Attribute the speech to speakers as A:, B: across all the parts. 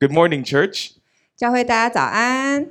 A: Good morning, church.
B: 教会大家早安，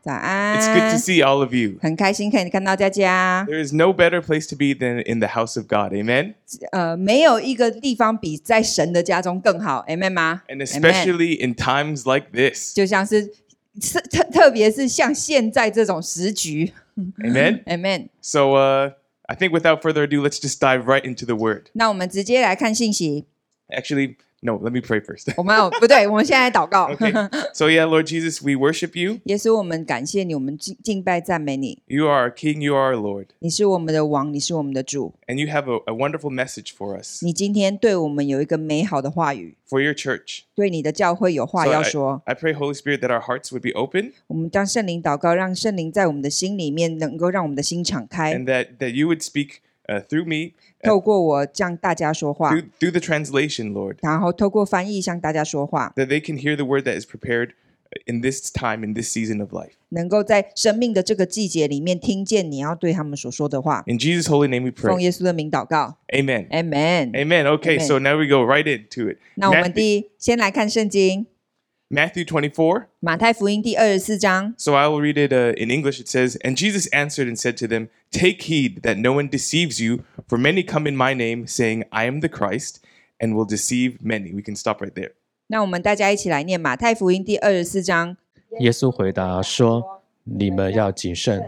B: 早
A: It's good to
B: 安，
A: see all of you.
B: 很开心可以看到佳佳。
A: There is no better place to be than in the house of God. Amen.
B: 呃，没有一个地方比在神的家中更好，amen 吗
A: And
B: ？amen。
A: especially in times like this.
B: 就像是特特特别是像现在这种时局
A: Amen.
B: ，amen。
A: So uh, I think without further ado, let's just dive right into the word.
B: 那我们直接来看信息，
A: Actually, no, let me pray first.
B: 我们哦不对，我们现在祷告。
A: Okay. so, yeah, Lord Jesus, we worship you.
B: 耶稣，我们感谢你，我们敬敬拜赞美你，
A: You are our King, you are our Lord,
B: 你是我们的王，你是我们的主，
A: and you have a, a wonderful message for us,
B: 你今天对我们有一个美好的话语，
A: for your church.
B: 对你的教会有话
A: So
B: 要
A: I,
B: 说。
A: I pray, Holy Spirit, that our hearts would be open
B: 我们当圣灵祷告，让圣灵在我们的心里面能够让我们的心敞开，
A: and that, that you would speak uh, through me,
B: 透过我向大家说话，
A: through, through the translation, Lord,
B: 然后透过翻译向大家说话，
A: that they can hear the word that is prepared uh, in this time, in this season of life.
B: 能够在生命的这个季节里面听见你要对他们所说的话。
A: In Jesus' holy name we
B: 奉
A: pray.
B: 耶稣的名祷告
A: Amen.
B: ，Amen。
A: Amen. Okay,
B: Amen.
A: so now we go right into it.
B: 那我们
A: Matthew,
B: 第一先来看圣经
A: Matthew 24.
B: 马太福音第二十四章。
A: So I will read it uh, in English. It says, And Jesus answered and said to them, Take heed that no one deceives you, for many come in my name, saying, I am the Christ, and will deceive many. We can stop right there.
B: 那我们大家一起来念马太福音第二十四章。
C: 耶稣回答说：“你们要谨慎，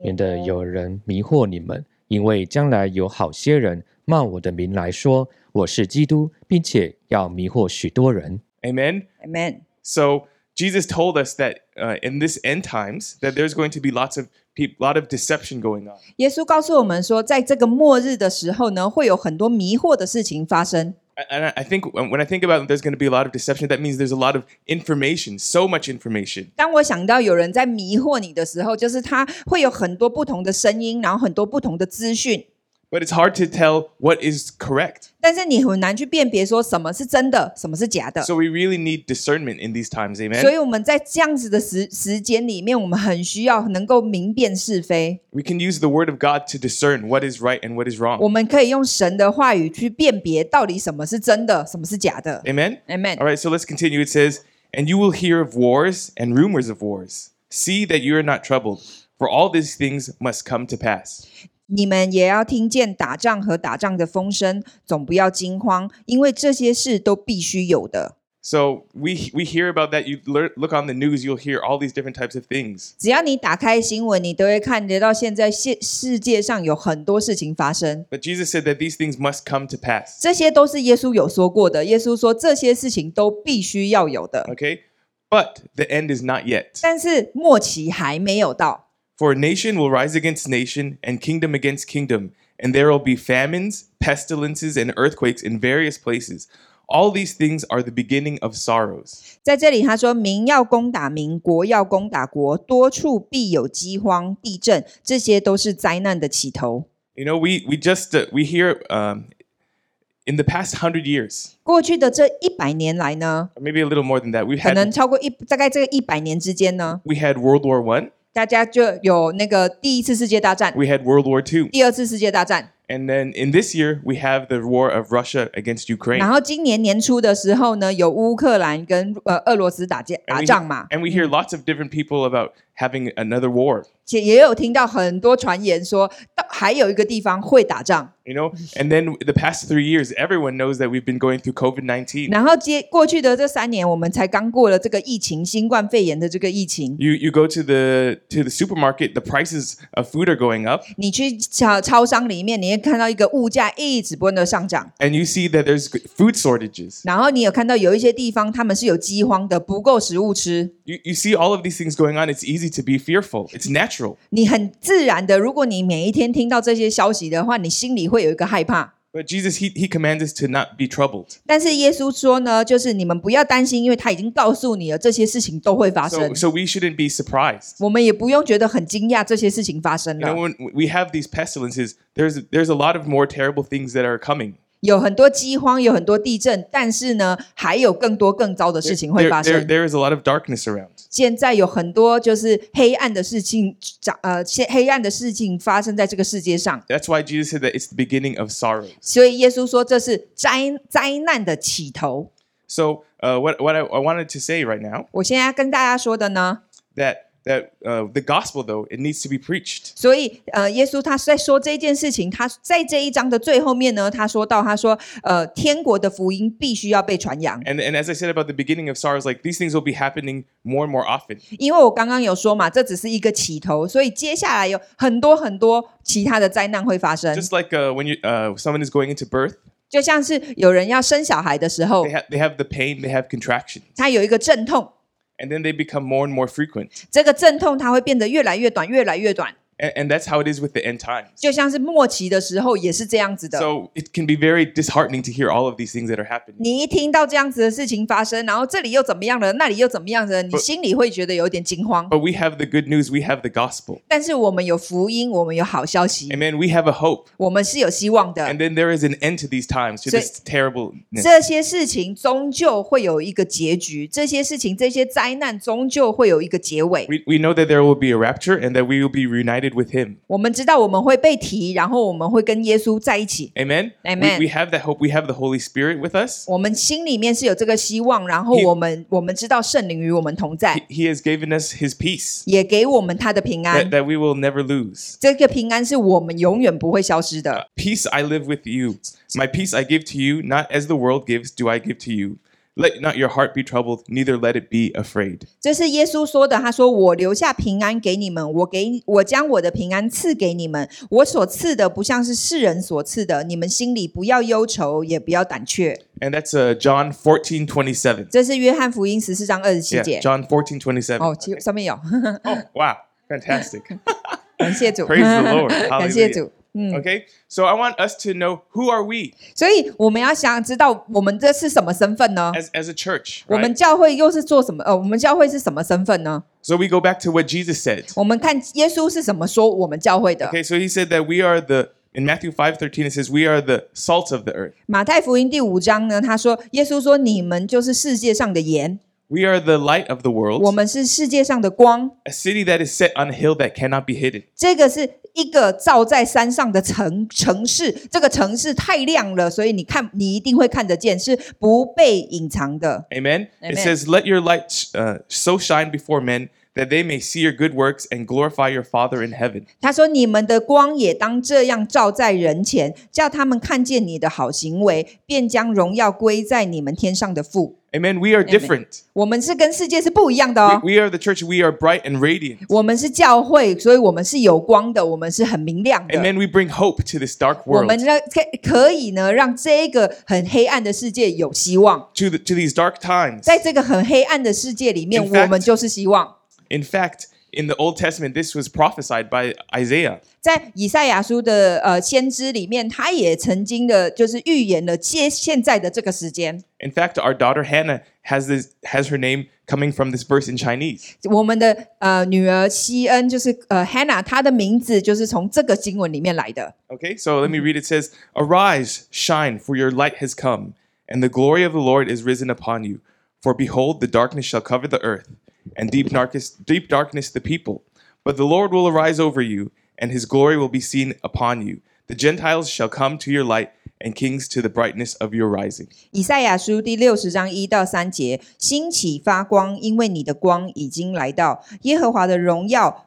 C: 免得有人迷惑你们，因为将来有好些人冒我的名来说我是基督，并且要迷惑许多人。
A: Amen.
B: Amen。
A: So Jesus told us that uh, in this end times, that there's going to be lots of peop lot of deception going on.
B: 耶稣告诉我们说，在这个末日的时候呢，会有很多迷惑的事情发生。
A: A- And I- I think when when I think about there's going to be a lot of deception, that means there's a lot of information, so much information.
B: 当我想到有人在迷惑你的时候，就是他会有很多不同的声音，然后很多不同的资讯，
A: But it's hard to tell what is correct.
B: 但是你很难去辨别说什么是真的，什么是假的。
A: So we really need discernment in these times. Amen.
B: 所以我们在这样子的时时间里面，我们很需要能够明辨是非。
A: We can use the word of God to discern what is right and what is wrong.
B: 我们可以用神的话语去辨别到底什么是真的，什么是假的。
A: Amen?
B: Amen
A: All。right, so let's continue. It says, And you will hear of wars and rumors of wars. See that you are not troubled, for all these things must come to pass.
B: 你们也要听见打仗和打仗的风声，总不要惊慌，因为这些事都必须有的。
A: So we we hear about that. You lear- look on the news, you'll hear all these different types of things.
B: 只要你打开新闻，你都会看得到现在世世界上有很多事情发生，
A: But Jesus said that these things must come to pass.
B: 这些都是耶稣有说过的。耶稣说这些事情都必须要有的，
A: Okay? But the end is not yet.
B: 但是末期还没有到。
A: For nation will rise against nation and kingdom against kingdom, and there will be famines, pestilences, and earthquakes in various places. All these things are the beginning of sorrows.
B: 在这里，他说：“民要攻打民，国要攻打国，多处必有饥荒、地震，这些都是灾难的起头。
A: You know, we we just uh, we hear um, in the past hundred years,
B: 过去的这一百年来呢，
A: or maybe a little more than that, we've
B: 可能
A: had
B: 超过一大概这个一百年之间呢，
A: we had World War One,
B: 大家就有那个第一次世界大战、
A: we had World War Two,
B: 第二次世界大战，
A: and then in this year we have the war of Russia against
B: 然
A: Ukraine.
B: 后今年年初的时候呢，有乌克兰跟呃俄罗斯打架打
A: And we,
B: 仗嘛，
A: and we hear lots of different people about having another war.
B: 且也有听到很多传言说，到还有一个地方会打仗。
A: you know and then the past three years everyone knows that we've been going through covid-19
B: 然后接过去的这三年，我们才刚过了这个疫情，新冠肺炎的这个疫情。
A: you you go to the to the supermarket the prices of food are going up
B: 你去超超商里面，你会看到一个物价一直不断的上涨，
A: and you see that there's g- food shortages
B: 然后你有看到有一些地方他们是有饥荒的，不够食物吃。
A: you, you see all of these things going on it's easy to be fearful it's natural
B: 你很自然的，如果你每一天听到这些消息的话，你心里会有一个害怕。
A: but jesus he, he commands us to not be troubled
B: 但是耶稣说呢，就是你们不要担心，因为他已经告诉你了，这些事情都会发生
A: so。so we shouldn't be surprised
B: 我们也不用觉得很惊讶，这些事情发生
A: you know
B: 了，
A: when we have these pestilences there's there's a lot of more terrible things that are coming
B: 有很多饥荒，有很多地震，但是呢，还有更多更糟的事情会
A: There-
B: 发
A: there,
B: 生。
A: there is a lot of darkness around
B: 现在有很多就是黑暗的事情，长呃，现黑暗的事情发生在这个世界上，
A: that's why jesus said that it's the beginning of sorrows
B: 所以耶稣说这是灾灾难的起头。
A: So uh, what what I, I wanted to say right now
B: 我现在跟大家说的呢，
A: that that uh, the gospel though it needs to be preached.
B: 所以呃，耶稣他在说这件事情，他在这一章的最后面呢，他说到，他说呃，天国的福音必须要被传扬，
A: And and as I said about the beginning of SARS, like these things will be happening more and more often.
B: 因为我刚刚有说嘛，这只是一个起头，所以接下来有很多很多其他的灾难会发生，
A: Just like uh, when you uh, someone is going into birth,
B: 就像是有人要生小孩的时候
A: they，have they have the pain, they have contractions,
B: 他有一个阵痛，
A: and then they become more and more frequent.
B: 这个阵痛它会变得越来越短，越来越短，
A: And, and that's how it is with the end times.
B: 就像是末期的时候也是这样子的。
A: So it can be very disheartening to hear all of these things that are happening.
B: 你一听到这样子的事情发生，然后这里又怎么样了，那里又怎么样了，你
A: 不
B: 心里会觉得有点惊慌。
A: But we have the good news. We have the gospel.
B: 但是我们有福音，我们有好消息，
A: Amen. We have a hope.
B: 我们是有希望的
A: And。then there is an end to these times, to
B: So-
A: this terribleness.
B: 这些事情终究会有一个结局，这些事情、这些灾难终究会有一个结尾。
A: We, we know that there will be a rapture and that we will be reunited with him.
B: 我们知道我们会被提，然后我们会跟耶稣在一起。
A: Amen.
B: Amen.
A: We, we have that hope. We have the Holy Spirit with us.
B: 我们心里面是有这个希望，然后
A: He-
B: 我们我们知道圣灵与我们同
A: He,
B: 在，
A: he has given us his peace
B: 也给我们他的平
A: that,
B: 安。
A: that we will never lose.
B: 这个平安是我们永远不会消失的。
A: Peace I live with you. My peace I give to you, not as the world gives, do I give to you. Let not your heart be troubled, neither let it be afraid.
B: 这是耶稣说的，他说：“我留下平安给你们，我给我将我的平安赐给你们，我所赐的不像是世人所赐的，你们心里不要忧愁，也不要胆怯。
A: And that's uh, John 14, ” 27.
B: 这是约翰福音十四章二十七
A: Yeah,
B: 节。
A: John 14, 27.
B: 哦，其上面有，
A: Oh, wow. Fantastic.
B: 感谢主，
A: Praise the Lord.
B: 感谢主。嗯，
A: Okay. So I want us to know who are we
B: 所以我们要想知道我们这是什么身份呢？
A: as, as a church,
B: 我
A: right?
B: 们教会又是做什么？呃，我们教会是什么身份呢？
A: So we go back to what Jesus said.
B: 我们看耶稣是怎么说我们教会的。
A: Okay, so he said that we are the in Matthew 5:13 it says we are the salt of the earth.
B: 马太福音第五章呢，他说：“耶稣说，你们就是世界上的盐。”
A: We are the light of the
B: 我
A: world.
B: 们是世界上的光，
A: A city that is set on a hill that cannot be hidden.
B: 这个是一个照在山上的城城市，这个城市太亮了，所以你看，你一定会看得见，是不被隐藏的。
A: Amen.
B: Amen.
A: It says let your light uh, so shine before men that they may see your good works and glorify your father in heaven.
B: 他说：“你们的光也当这样照在人前，叫他们看见你的好行为，便将荣耀归在你们天上的父。
A: Amen. We are different. ”
B: 我们是跟世界是不一样的哦，
A: We, we are the church. We are bright and radiant.
B: 我们是教会，所以我们是有光的，我们是很明亮的。
A: Amen. We bring hope to this dark
B: 我
A: world,
B: 们让可可以呢，让这个很黑暗的世界有希望。
A: to the, to these dark times.
B: 在这个很黑暗的世界里面，
A: In fact-
B: 我们就是希望。
A: In fact, in the Old Testament, this was prophesied by Isaiah.
B: 在以赛亚书的呃先知里面，他也曾经的，就是预言了接现在的这个时间。
A: In fact, our daughter Hannah has this has her name coming from this verse in Chinese.
B: 我们的呃女儿西恩，就是呃 Hannah，她的名字就是从这个经文里面来的。
A: Okay, so let me read. It says, "Arise, shine, for your light has come, and the glory of the Lord is risen upon you. For behold, the darkness shall cover the earth, and deep darkness, deep darkness the people. But the Lord will arise over you, and His glory will be seen upon you. The Gentiles shall come to your light, and kings to the brightness of your rising."
B: 以赛亚书第六十章一到三节：兴起发光，因为你的光已经来到，耶和华的荣耀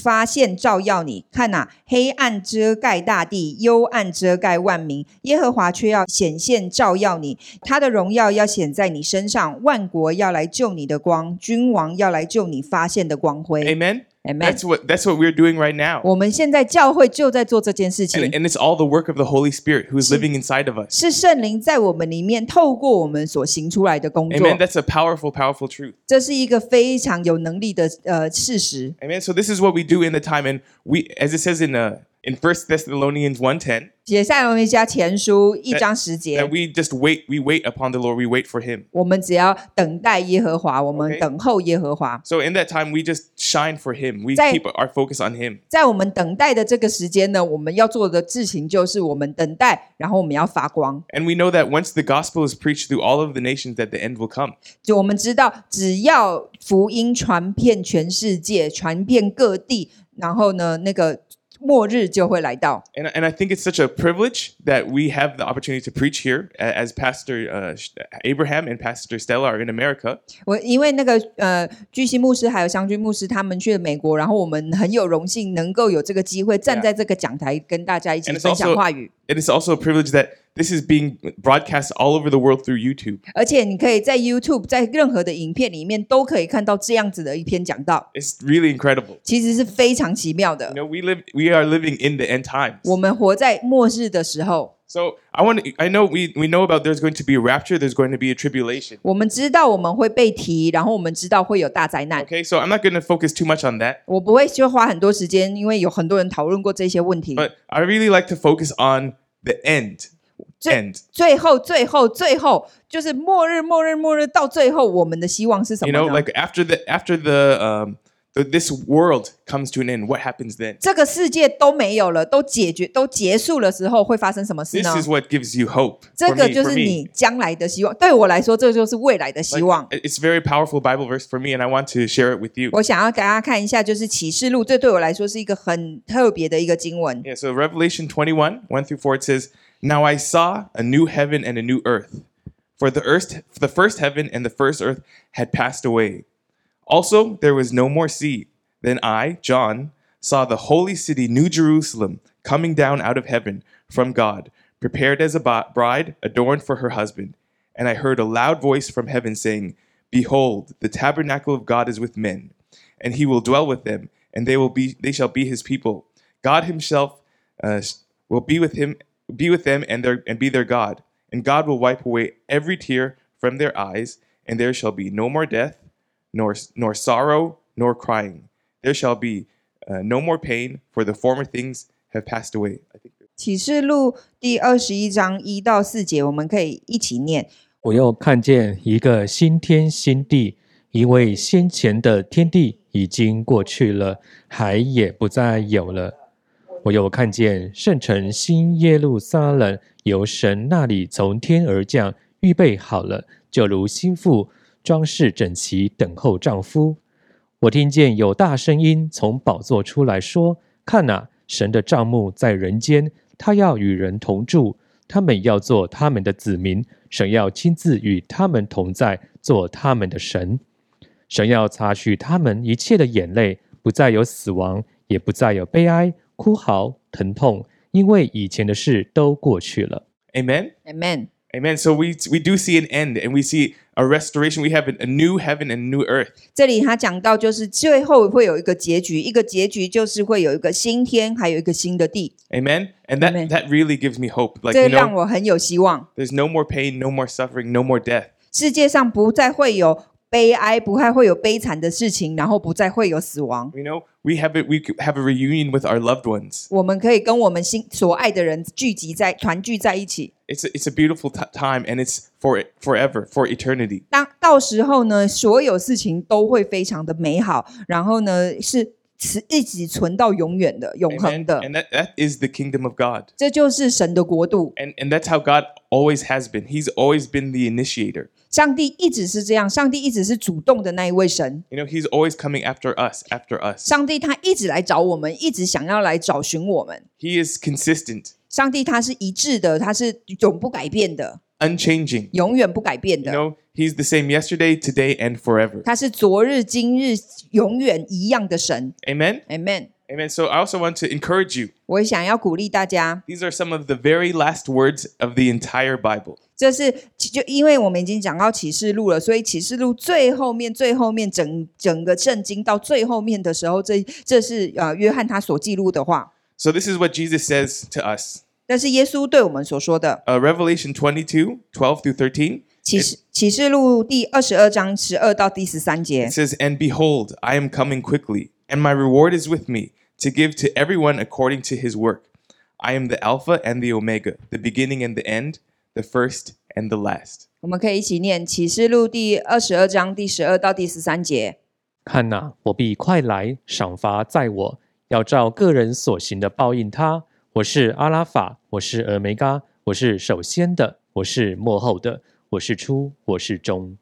B: 发现照耀你。看呐、黑暗遮盖大地，幽暗遮盖万民，耶和华却要显现照耀你，他的荣耀要显在你身上，万国要来救你的光，君王要来救你发现的光辉。
A: Amen.
B: Amen
A: That's。what that's what we're doing right now.
B: 我们现在教会就在做这件
A: And,
B: 事情。
A: and it's all the work of the Holy Spirit who is living inside of us.
B: 是圣灵在我们里面，透过我们所行出来的工作
A: Amen. That's a powerful, powerful truth.
B: 这是一个非常有能力的呃事实。
A: Amen. So this is what we do in the time, and we, as it says in uh, in First Thessalonians 1.10,
B: 写下来我们一家前书一章十节
A: that，we just wait, we wait upon the Lord, we wait for Him.
B: 我们只要等待耶和华，我们
A: OK
B: 等候耶和华。
A: So in that time, we just shine for Him. We
B: Zai-
A: keep our focus on Him.
B: 在我们等待的这个时间呢，我们要做的事情就是我们等待，然后我们要发光。
A: And we know that once the gospel is preached through all of the nations, that the end will come.
B: 就我们知道，只要福音传遍全世界，传遍各地，然后呢，那个末日就会来到。
A: And, and I think it's such a privilege that we have the opportunity to preach here uh, as Pastor uh, Sh- Abraham and Pastor Stella are in America.
B: 我因为那个呃，巨星牧师还有湘军牧师他们去了美国，然后我们很有荣幸能够有这个机会站在这个讲台跟大家一起
A: 啊 And it's
B: 分享
A: also-
B: 话语，
A: It is also a privilege that this is being broadcast all over the world through YouTube.
B: 而且你可以在 YouTube 在任何的影片里面都可以看到这样子的一篇讲道，
A: It's really incredible.
B: 其实是非常奇妙的
A: You。know, we live we are living in the end times.
B: 我们活在末日的时候，
A: So I want to I know we we know about there's going to be a rapture, there's going to be a tribulation.
B: 我们知道我们会被提，然后我们知道会有大灾难。
A: Okay, so I'm not going to focus too much on that,
B: 我不会就花很多时间，因为有很多人讨论过这些问题。
A: but I really like to focus on the end.
B: So-
A: end.
B: 最后，最后，最后，就是末日，末日，末日，到最后，我们的希望是什
A: You
B: 么
A: know,
B: 呢
A: like after the after the um the, this world comes to an end, what happens then?
B: 这个世界都没有了，都解决，都结束了时候，会发生什么事
A: This
B: 呢？
A: is what gives you hope.
B: 这
A: For
B: 个
A: me,
B: 就
A: for
B: 是
A: me.
B: 你将来的希望。对我来说，这就是未来的希望
A: Like,。it's a very powerful Bible verse for me, and I want to share it with you.
B: 我想要给大家看一下，就是启示录，这对我来说是一个很特别的一个经文。
A: Yeah, so Revelation 21, 1 through 4, it says, Now I saw a new heaven and a new earth, for the earth the first heaven and the first earth had passed away. Also there was no more sea. Then I, John, saw the holy city New Jerusalem coming down out of heaven from God, prepared as a bo- bride adorned for her husband. And I heard a loud voice from heaven saying, Behold, the tabernacle of God is with men, and he will dwell with them, and they will be they shall be his people. God himself uh, will be with him be with them and their and be their God. And God will wipe away every tear from their eyes, and there shall be no more death, nor nor sorrow, nor crying. There shall be uh, no more pain, for the former things have passed away. I think
B: 启示录第二十一章一到四节，我们可以一起念。
C: 我又看见一个新天新地，因为先前的天地已经过去了，海也不再有了。我又看见圣城新耶路撒冷由神那里从天而降，预备好了，就如新妇装饰整齐，等候丈夫。我听见有大声音从宝座出来说：“看哪、神的帐幕在人间，他要与人同住，他们要做他们的子民，神要亲自与他们同在，做他们的神。神要擦去他们一切的眼泪，不再有死亡，也不再有悲哀、哭嚎、疼痛，因为以前的事都过去了。”
A: Amen.
B: Amen。
A: Amen. So we we do see an end, and we see a restoration. We have a a new heaven and new earth.
B: 这里他讲到，就是最后会有一个结局，一个结局就是会有一个新天，还有一个新的地，
A: Amen. And that
B: Amen.
A: that really gives me hope. Like you
B: 这让
A: know,
B: 我很有希望。
A: there's no more pain, no more suffering, no more death.
B: 世界上不再会有悲哀，不再会有悲惨的事情，然后不再会有死亡。
A: You know, we have it. We could have a reunion with our loved ones.
B: 我们可以跟我们心所爱的人聚集在团聚在一起。
A: It's a, it's a beautiful t- time, and it's for it forever, for eternity.
B: 当到时候呢，所有事情都会非常的美好，然后呢是是一直存到永远的、永恒
A: Amen.
B: 的。
A: And that, that is the kingdom of God,
B: 这就是神的国度。
A: and and that's how God always has been. He's always been the initiator.
B: 上帝一直是这样，上帝一直是主动的那一位神。
A: You know, He's always coming after us, after us.
B: 上帝他一直来找我们，一直想要来找寻我们。
A: He is consistent,
B: 上帝他是一致的，他是永不改变的，
A: unchanging.
B: 永远不改变
A: You
B: 的。
A: know, He's the same yesterday, today, and forever.
B: 他是昨日、今日、永远一样的神。
A: Amen.
B: Amen。
A: Amen. So I also want to encourage you.
B: 我想要鼓励大家，
A: These are some of the very last words of the entire Bible.
B: 这是其就因为我们已经讲到启示录了，所以启示录最后面、最后面整整个圣经到最后面的时候，这这是呃约翰他所记录的话，
A: So this is what Jesus says to us.
B: 那是耶稣对我们所说的。
A: uh, Revelation 22, 12 through 13,
B: 启示启示录第二十二章十二到第十三节
A: it，says, And behold, I am coming quickly, and my reward is with me, to give to everyone according to his work. I am the Alpha and the Omega, the beginning and the end, the first and the last.
B: 我们可以一起念启示录第二十二章第十二到第十三节。
C: 看哪、我必快来，赏罚在我，要照个人所行的报应他。我是阿拉法，我是俄梅嘎，我是首先的，我是幕后的，我是出，我是终。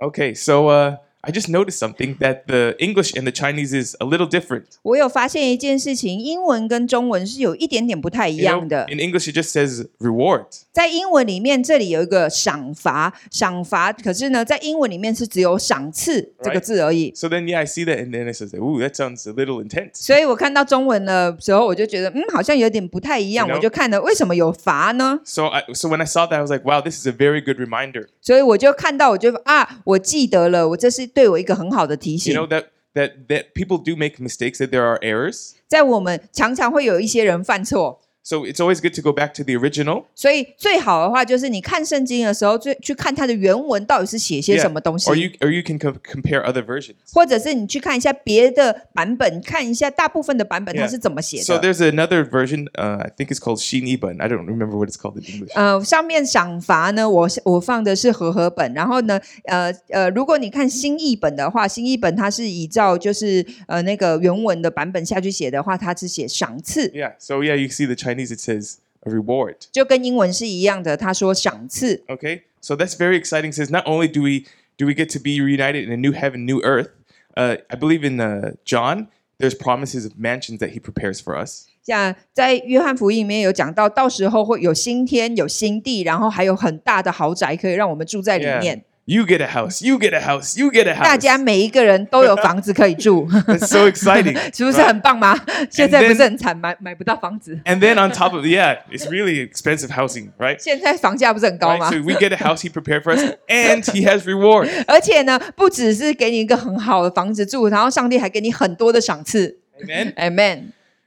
A: Okay, so uh, I just noticed something that the English and the Chinese is a little different.
B: 我有发现一件事情，英文跟中文是有一点点不太一
A: You know,
B: 样的。
A: in English, it just says reward.
B: 在英文里面，这里有一个赏罚，赏罚，可是呢，在英文里面是只有赏赐这个字而已。
A: So then, yeah, I see that, and then I says, "Ooh, that sounds a little intense."
B: 所以我看到中文的时候，我就觉得，嗯，好像有点不太一样。
A: You know-
B: 我就看了，为什么有罚呢？
A: So, I, so when I saw that, I was like, "Wow, this is a very good reminder."
B: 所以我就看到，我就啊，我记得了，我这是对我一个很好的提
A: You
B: 醒。
A: know that that that people do make mistakes, that there are errors.
B: 在我们常常会有一些人犯错，
A: So it's always good to go back to the original,
B: 所以最好的话就是你看圣经的时候，最去看它的原文到底是写些
A: Yeah.
B: 什么东西
A: or you or you can co- compare other versions.
B: 或者是你去看一下别的版本，看一下大部分的版本
A: Yeah.
B: 它是怎么写
A: So
B: 的。
A: there's another version. Uh, I think it's called Shiniban. I don't remember what it's called in English.
B: 呃，上面赏罚呢，我我放的是和合本，然后呢，呃呃，如果你看新译本的话，新译本它是依照就是呃那个原文的版本下去写的话，它是写赏赐，
A: Yeah. So yeah, you see the Chinese. It says a reward.
B: 就跟英文是一样的，他说赏赐，
A: Okay. So that's very exciting. It says not only do we do we get to be reunited in a new heaven, new earth. Uh, I believe in uh, John. There's promises of mansions that he prepares for us.
B: 像在约翰福音里面有讲到，到时候会有新天、有新地，然后还有很大的豪宅可以让我们住在里
A: Yeah.
B: 面。
A: You get a house. You get a house. You get a
B: 大
A: house.
B: 家每一个人都有房子可以住，
A: That's so exciting.
B: 是不是很 棒吗？现在
A: then-
B: 不是很惨，买买不到房子，
A: And then on top of yeah, it's really expensive housing, right?
B: 现在房价不是很高
A: Right,
B: 吗？
A: so we get a house he prepared for us, and he has reward.
B: 而且呢，不只是给你一个很好的房子住，然后上帝还给你很多的赏赐
A: Amen.
B: ，Amen。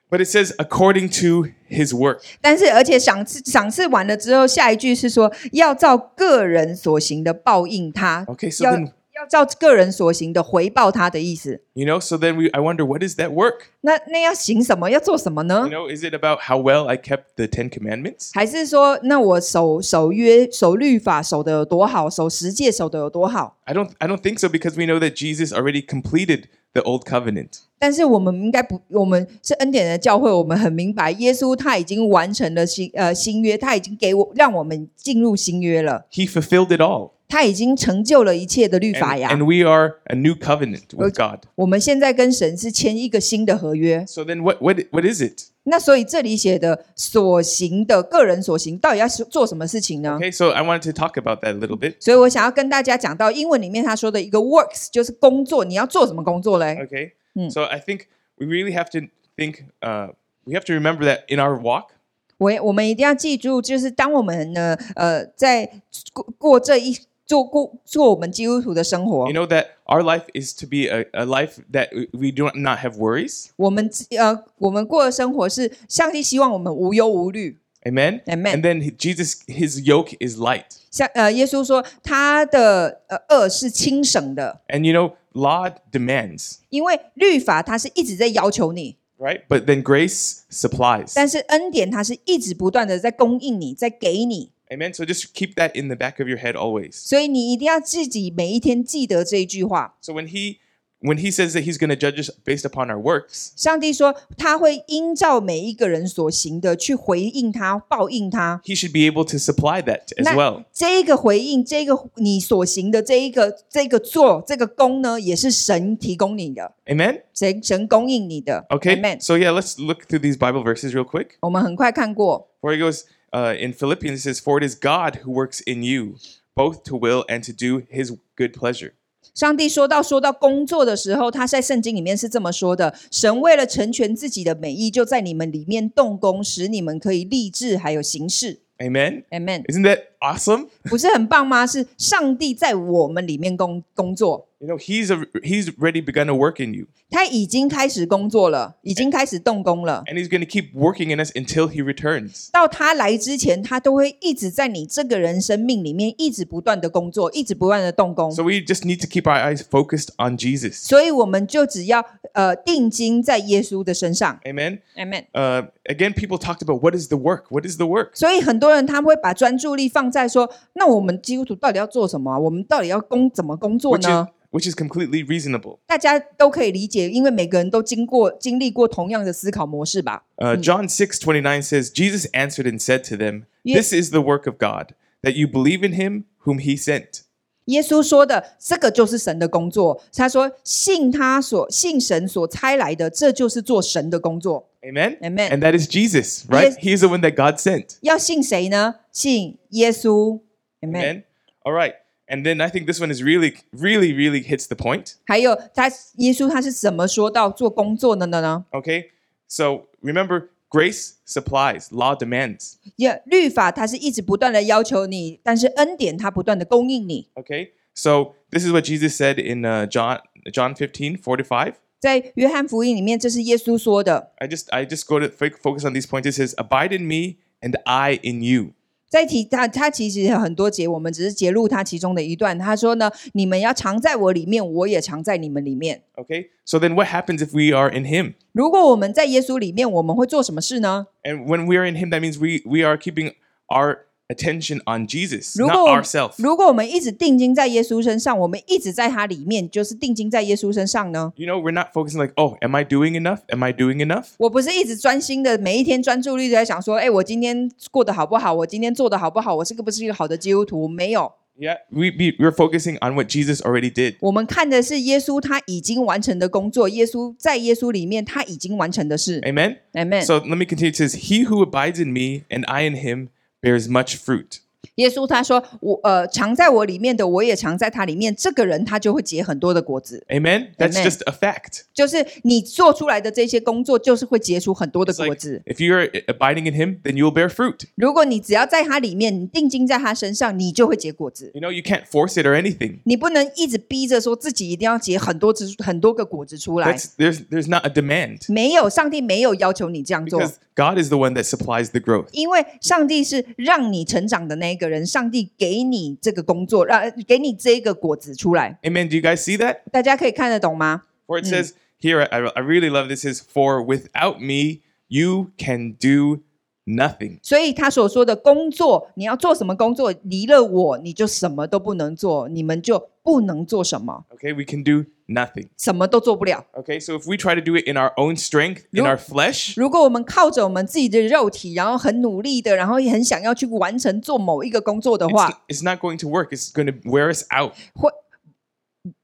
A: But it says according to his work.
B: 但是，而且赏赐赏赐完了之后，下一句是说要照个人所行的报应他
A: Okay, so
B: 要
A: then
B: 要照个人所行的回报他的意思。
A: you know, so then we I wonder what is that work?
B: 那那要行什么？要做什么呢
A: You？know, is it about how well I kept the Ten Commandments?
B: 还是说，那我守守约、守律法守的有多好，守十诫守的有多好？
A: I don't I don't think so because we know that Jesus already completed the old covenant.
B: 但是我们应该不，我们是恩典的教会，我们很明白，耶稣他已经完成了新呃新约，他已经给我让我们进入新约了，
A: He fulfilled it all.
B: 他已经成就了一切的律
A: And,
B: 法呀。
A: and we are a new covenant with God.
B: 我们现在跟神是签一个新的合约，
A: So then what what what is it?
B: 那所以这里写的所行的个人所行，到底要做什么事情呢
A: Okay, so I wanted to talk about that a little bit.
B: 所以我想要跟大家讲到英文里面他说的一个 works，就是工作，你要做什么工作嘞？
A: Okay.
B: Hmm.
A: So I think we really have to think uh, we have to remember that in our walk
B: 我我们一定要记住，就是当我们呢，呃，在过过这一做过做我们基督徒的生活
A: You，know that our life is to be a, a life that we do not have worries.
B: 我们呃，我们过的生活是上帝希望我们无忧无虑。
A: Amen. And
B: Amen.
A: then Jesus, his yoke is light.
B: 像呃，耶稣说他的呃恶是轻省的，
A: And you know, law demands,
B: 因为律法它是一直在要求你，
A: right? But then grace supplies.
B: 但是恩典它是一直不断的在供应你，在给你，
A: Amen. So just keep that in the back of your head always.
B: 所以你一定要自己每一天记得这一句话。
A: So when he when he says that he's going to judge us based upon our works,
B: 上帝说他会依照每一个人所行的去回应他，报应他。
A: he should be able to supply that as
B: Nah.
A: well.
B: 这一个回应，这个你所行的这一个这个做这个功呢，也是神提供你的，
A: Amen.
B: 神神供应你的。
A: Okay.
B: Amen
A: So yeah, let's look through these Bible verses real quick.
B: 我们很快看过，
A: Where he goes uh, in Philippians, it says, "For it is God who works in you, both to will and to do His good pleasure."
B: 上帝说到说到工作的时候，他在圣经里面是这么说的：神为了成全自己的美意，就在你们里面动工，使你们可以立志还有行事。
A: Amen.
B: Amen，
A: Isn't that awesome?
B: 不是很棒吗？是上帝在我们里面工工作，
A: You know, He's a, He's already begun to work in you,
B: 他已经开始工作了，已经开始动工了。
A: and He's going to keep working in us until He returns.
B: 到他来之前，他都会一直在你这个人生命里面一直不断的工作，一直不断的动工。
A: So we just need to keep our eyes focused on Jesus.
B: 所以我们就只要呃定睛在耶稣的身上
A: Amen.
B: ，Amen。
A: Uh, again, people talked about what is the work? What is the work?
B: 所以很多人他们会把专注力放在说，那我们基督徒到底要做什么啊、我们到底要工怎么工作
A: Which is,
B: 呢？
A: which is completely reasonable.
B: 大家都可以理解，因为每个人都经过经历过同样的思考模式吧。
A: Uh, John 6 29 says, Jesus answered and said to them,
B: Ye-
A: This is the work of God, that you believe in him whom he sent.
B: 耶稣说的这个就是神的工作。他说，信他所信神所差来的，这就是做神的工作。
A: Amen?
B: Amen.
A: And that is Jesus, right?
B: Yes.
A: He's the one that God sent.
B: 要信谁呢？信耶稣。Amen。
A: Amen. All right. And then I think this one is really, really, really hits the point.
B: 还有他，耶稣他是怎么说到做工作的呢？
A: Okay. So remember, grace supplies, law demands.
B: 也律法它是一直不断的要求你，但是恩典它不断的供应你。
A: Okay. So this is what Jesus said in uh, John John 15, 4 to 5.
B: 在约翰福音里面，这是耶稣说的。
A: I just I just go to fo- focus on these points. It says, "Abide in me, and I in you."
B: 在提他，他其实有很多节，我们只是截录他其中的一段。他说呢：“你们要常在我里面，我也常在你们里面。
A: Okay. So then, what happens if we are in Him?
B: 如果我们在耶稣里面，我们会做什么事呢？
A: And when we are in Him, that means we we are keeping our attention on Jesus,
B: 如
A: not
B: 果我
A: ourselves.
B: 如果我们一直定睛在耶稣身上，我们一直在他里面，就是定睛在耶稣身上呢？
A: You know, we're not focusing like, "Oh, am I doing enough? Am I doing enough?"
B: 我不是一直专心的，每一天专注力都在想说，哎，我今天过得好不好？我今天做的好不好？我是个不是一个好的基督徒？没有，
A: Yeah, we be, we're focusing on what Jesus already did.
B: 我们看的是耶稣他已经完成的工作，耶稣在耶稣里面他已经完成的事。
A: Amen.
B: Amen。
A: 哎 So let me continue. It says, "He who abides in me and I in him bears much fruit."
B: 耶稣他说，我呃藏在我里面的，我也藏在他里面。这个人他就会结很多的果子，
A: Amen. That's
B: Amen.
A: just a fact.
B: 就是你做出来的这些工作，就是会结出很多的
A: It's like,
B: 果子。
A: if you're abiding in Him, then you'll bear fruit.
B: 如果你只要在他里面，你定睛在他身上，你就会结果子。
A: You know, you can't force it or anything.
B: 你不能一直逼着说自己一定要结很多枝很多个果子出来。
A: That's there's there's not a demand
B: 没有，上帝没有要求你这样做，
A: because God is the one that supplies the growth.
B: 因为上帝是让你成长的那一个人，上帝给你这个工作，让给你这个果子出来。
A: Amen. Do you guys see that?
B: 大家可以看得懂吗？
A: For it says here, I, I really love this. Is for without me you can do nothing.
B: 所以他所说的工作，你要做什么工作？离了我，你就什么都不能做，你们就不能做什么，
A: Okay, we can do nothing.
B: 什么都做不了。
A: Okay, so if we try to do it in our own strength, in
B: Nope.
A: our flesh,
B: 如果我们靠着我们自己的肉体，然后很努力的，然后也很想要去完成做某一个工作的
A: it's,
B: 话，
A: it's not going to work. It's going to wear us out.
B: 会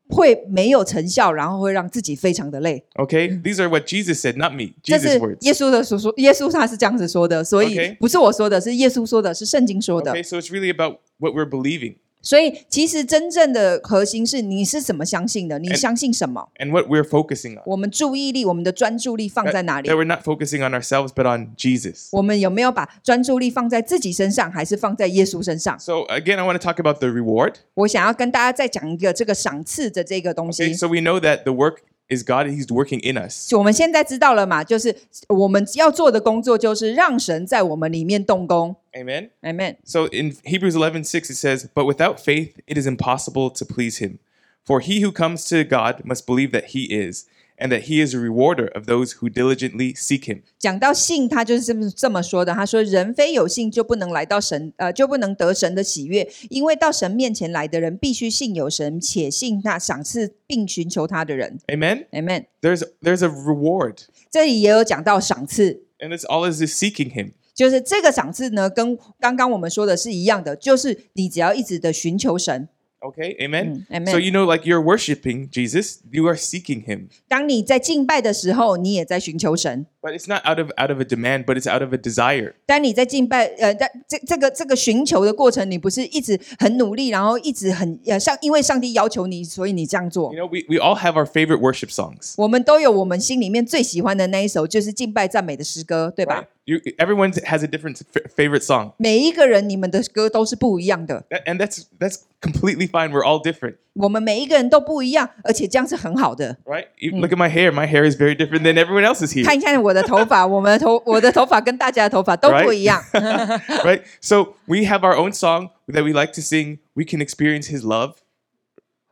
B: 会没有成效，然后会让自己非常的累。
A: Okay, these are what Jesus said, not me.
B: 这
A: Jesus'
B: 是
A: words.
B: 耶稣的所说，耶稣他是这样子说的，所以
A: OK
B: 不是我说的，是耶稣说的，是圣经说的。
A: Okay, so it's really about what we're believing
B: 所以其实真正的核心是你是怎么相信的，你
A: And-
B: 相信什么？
A: and what we're focusing on.
B: 我们注意力、我们的专注力放在哪里
A: That？we're not focusing on ourselves, but on Jesus.
B: 我们有没有把专注力放在自己身上，还是放在耶稣身上？
A: So again, I want to talk about the reward.
B: 我想要跟大家再讲一个这个赏赐的这个东
A: Okay,
B: 西。
A: so we know that the work is God; He's working in us.
B: 我们现在知道了嘛？就是我们要做的工作，就是让神在我们里面动工。
A: Amen.
B: Amen。
A: So in Hebrews 11, 6, it says, But without faith, it is impossible to please him. For he who comes to God must believe that he is, and that he is a rewarder of those who diligently seek him.
B: 讲到信，他就是这么这么说的。他说：“人非有信，就不能来到神，呃，就不能得神的喜悦。因为到神面前来的人，必须信有神，且信那赏赐并寻求他的人。
A: Amen?
B: Amen。
A: There's there's a reward,
B: 这里也有讲到赏赐，
A: and it's all is is seeking him.
B: 就是这个赏赐呢，跟刚刚我们说的是一样的，就是你只要一直的寻求神。
A: Okay? Amen?
B: Mm, amen.
A: So you know, like you're worshiping Jesus, you are seeking him.
B: 当你在敬拜的时候，你也在寻求神。
A: But it's not out of out of a demand, but it's out of a desire.
B: 当你在敬拜，呃，但这这个这个寻求的过程，你不是一直很努力，然后一直很呃上，因为上帝要求你，所以你这样做
A: You。know, we, we all have our favorite worship songs.
B: 我们都有我们心里面最喜欢的那一首，就是敬拜赞美的诗歌，对吧
A: Right? You, everyone has a different f- favorite song.
B: 每一个人，你们的歌都是不一样的，
A: That- and that's that's completely fine. We're all different.
B: 我们每一个人都不一样，而且这样是很好的。
A: right? You-
B: Hmm.
A: Look at my hair. My hair is very different than everyone else's here,
B: 看一看我的头发，我们的头， 我的头发跟大家的头发都不一样。
A: right? So we have our own song that we like to sing. We can experience His love,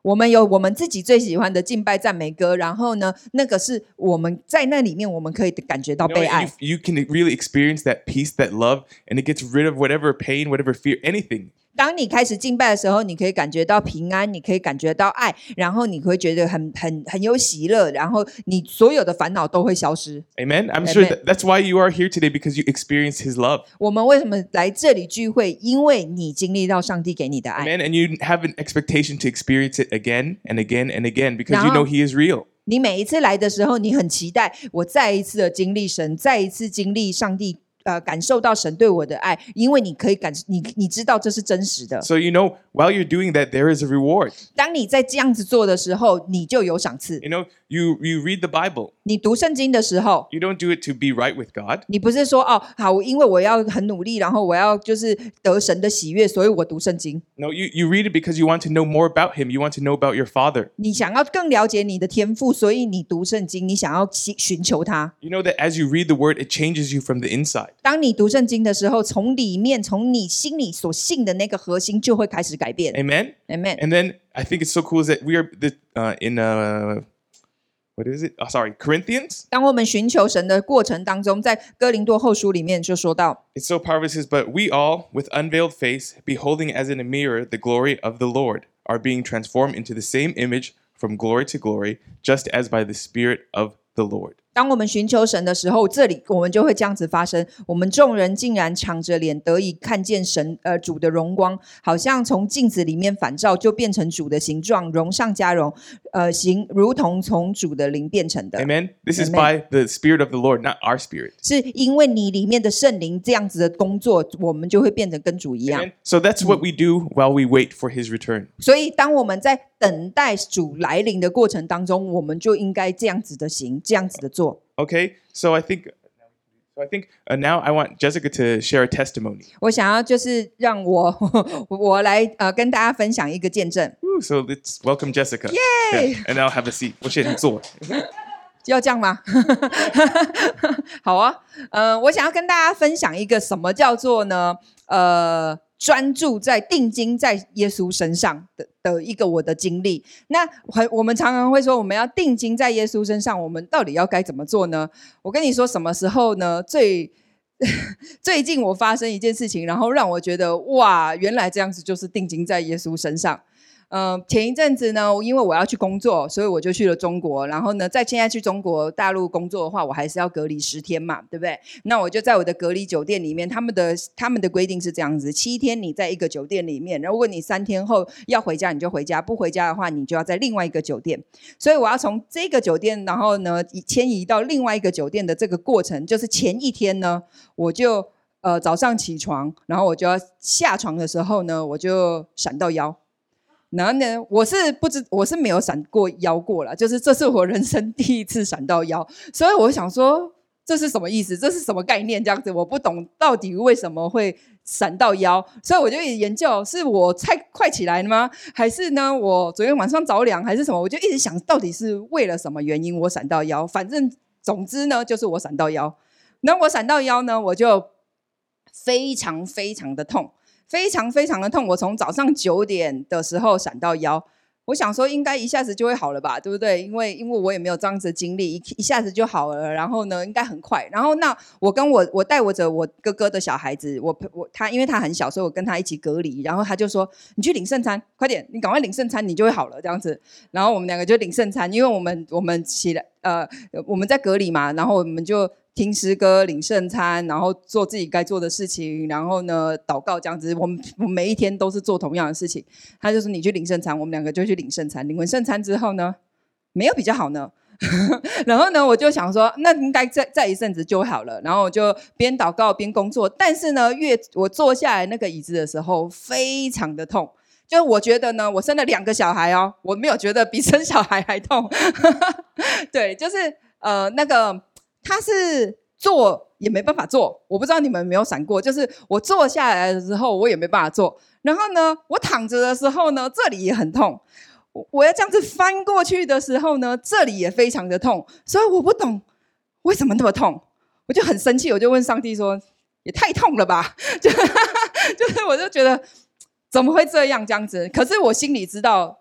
B: 我们有我们自己最喜欢的敬拜赞美歌，然后呢，那个是我们在那里面，我们可以感觉到
A: You know,
B: 被
A: and
B: 爱
A: you,。you can really experience that peace, that love, and it gets rid of whatever pain, whatever fear, anything.
B: 当你开始敬拜的时候，你可以感觉到平安，你可以感觉到爱，然后你会觉得很很很有喜乐，然后你所有的烦恼都会消失。
A: Amen. I'm sure
B: Amen.
A: that, that's why you are here today because you experienced His love.
B: 我们为什么来这里聚会？因为你经历到上帝给你的爱，
A: Amen. And you have an expectation to experience it again and again and again because you
B: No.
A: know He is real.
B: 你每一次来的时候，你很期待我再一次的经历神，再一次经历上帝。呃，感受到神对我的爱，因为你可以感，你你知道这是真实的。
A: So, you know, while you're doing that, there is a reward.
B: 当你在这样子做的时候，你就有赏赐
A: You。know, you, you read the Bible,
B: 你读圣经的时候，
A: you don't do it to be right with God.
B: 你不是说哦，好，我因为我要很努力，然后我要就是得神的喜悦，所以我读圣经。
A: No, you, you read it because you want to know more about Him. You want to know about your Father.
B: 你想要更了解你的天赋，所以你读圣经，你想要寻寻求它。
A: You know that as you read the Word, it changes you from the inside.
B: 当你读圣经的时候，从里面，从你心里所信的那个核心就会开始改变。
A: Amen.
B: Amen。
A: And then I think it's so cool is that we are the, uh, in uh, what is it? Oh, sorry, Corinthians.
B: 当我们寻求神的过程当中，在哥林多后书里面就说到，
A: It's so powerful. It says, "But we all, with unveiled face, beholding as in a mirror the glory of the Lord, are being transformed into the same image from glory to glory, just as by the Spirit of the Lord."
B: 当我们寻求神的时候，这里我们就会这样子发生。我们众人竟然敞着脸得以看见神，呃，主的荣光，好像从镜子里面反照，就变成主的形状，荣上加荣，呃，形如同从主的灵变成的。
A: Amen. This is
B: Amen.
A: by the Spirit of the Lord, not our spirit.
B: 是因为你里面的圣灵这样子的工作，我们就会变得跟主一样。
A: Amen. So that's what we do while we wait for His return.
B: 所以，当我们在等待主来临的过程当中，我们就应该这样子的行，这样子的做。
A: Okay. So I think, so I think uh, now I want Jessica to share a testimony.
B: 我想要就是让我 我来呃跟大家分享一个见证，
A: Woo, so let's welcome Jessica. Yay! and now have a seat. 我先坐。
B: 要这样吗？ 好啊，呃，我想要跟大家分享一个什么叫做呢？呃，专注在定睛在耶稣身上的的一个我的经历。那很我们常常会说，我们要定睛在耶稣身上，我们到底要该怎么做呢？我跟你说，什么时候呢？最 最近我发生一件事情，然后让我觉得哇，原来这样子就是定睛在耶稣身上。嗯，前一阵子呢，因为我要去工作，所以我就去了中国。然后呢，在现在去中国大陆工作的话，我还是要隔离十天嘛，对不对？那我就在我的隔离酒店里面，他们的他们的规定是这样子：七天你在一个酒店里面，如果你三天后要回家，你就回家；不回家的话，你就要在另外一个酒店。所以我要从这个酒店，然后呢移迁移到另外一个酒店的这个过程，就是前一天呢，我就呃早上起床，然后我就要下床的时候呢，我就闪到腰。然后呢，我是不知我是没有闪过腰过了，就是这是我人生第一次闪到腰，所以我想说这是什么意思？这是什么概念？这样子我不懂到底为什么会闪到腰，所以我就一直研究是我太快起来了吗？还是呢我昨天晚上着凉还是什么？我就一直想到底是为了什么原因我闪到腰，反正总之呢就是我闪到腰。那我闪到腰呢，我就非常非常的痛，非常非常的痛。我从早上九点的时候闪到腰，我想说应该一下子就会好了吧，对不对？因为因为我也没有这样子的经历，一一下子就好了。然后呢，应该很快。然后那我跟我我带我着我哥哥的小孩子，我陪我他因为他很小，所以我跟他一起隔离。然后他就说：“你去领圣餐，快点，你赶快领圣餐，你就会好了。”这样子。然后我们两个就领圣餐，因为我们我们起来呃我们在隔离嘛，然后我们就听诗歌、领圣餐，然后做自己该做的事情，然后呢祷告这样子。我们我们每一天都是做同样的事情。他就说你去领圣餐，我们两个就去领圣餐。领完圣餐之后呢，没有比较好呢。 然后呢，我就想说，那应该再再一阵子就好了。然后我就边祷告边工作，但是呢，越我坐下来那个椅子的时候，非常的痛。就我觉得呢，我生了两个小孩哦，我没有觉得比生小孩还痛。 对，就是呃，那个他是坐也没办法坐，我不知道你们有没有闪过，就是我坐下来的时候，我也没办法坐。然后呢，我躺着的时候呢，这里也很痛。我我要这样子翻过去的时候呢，这里也非常的痛，所以我不懂为什么那么痛，我就很生气，我就问上帝说：“也太痛了吧！”就就是我就觉得怎么会这样这样子？可是我心里知道，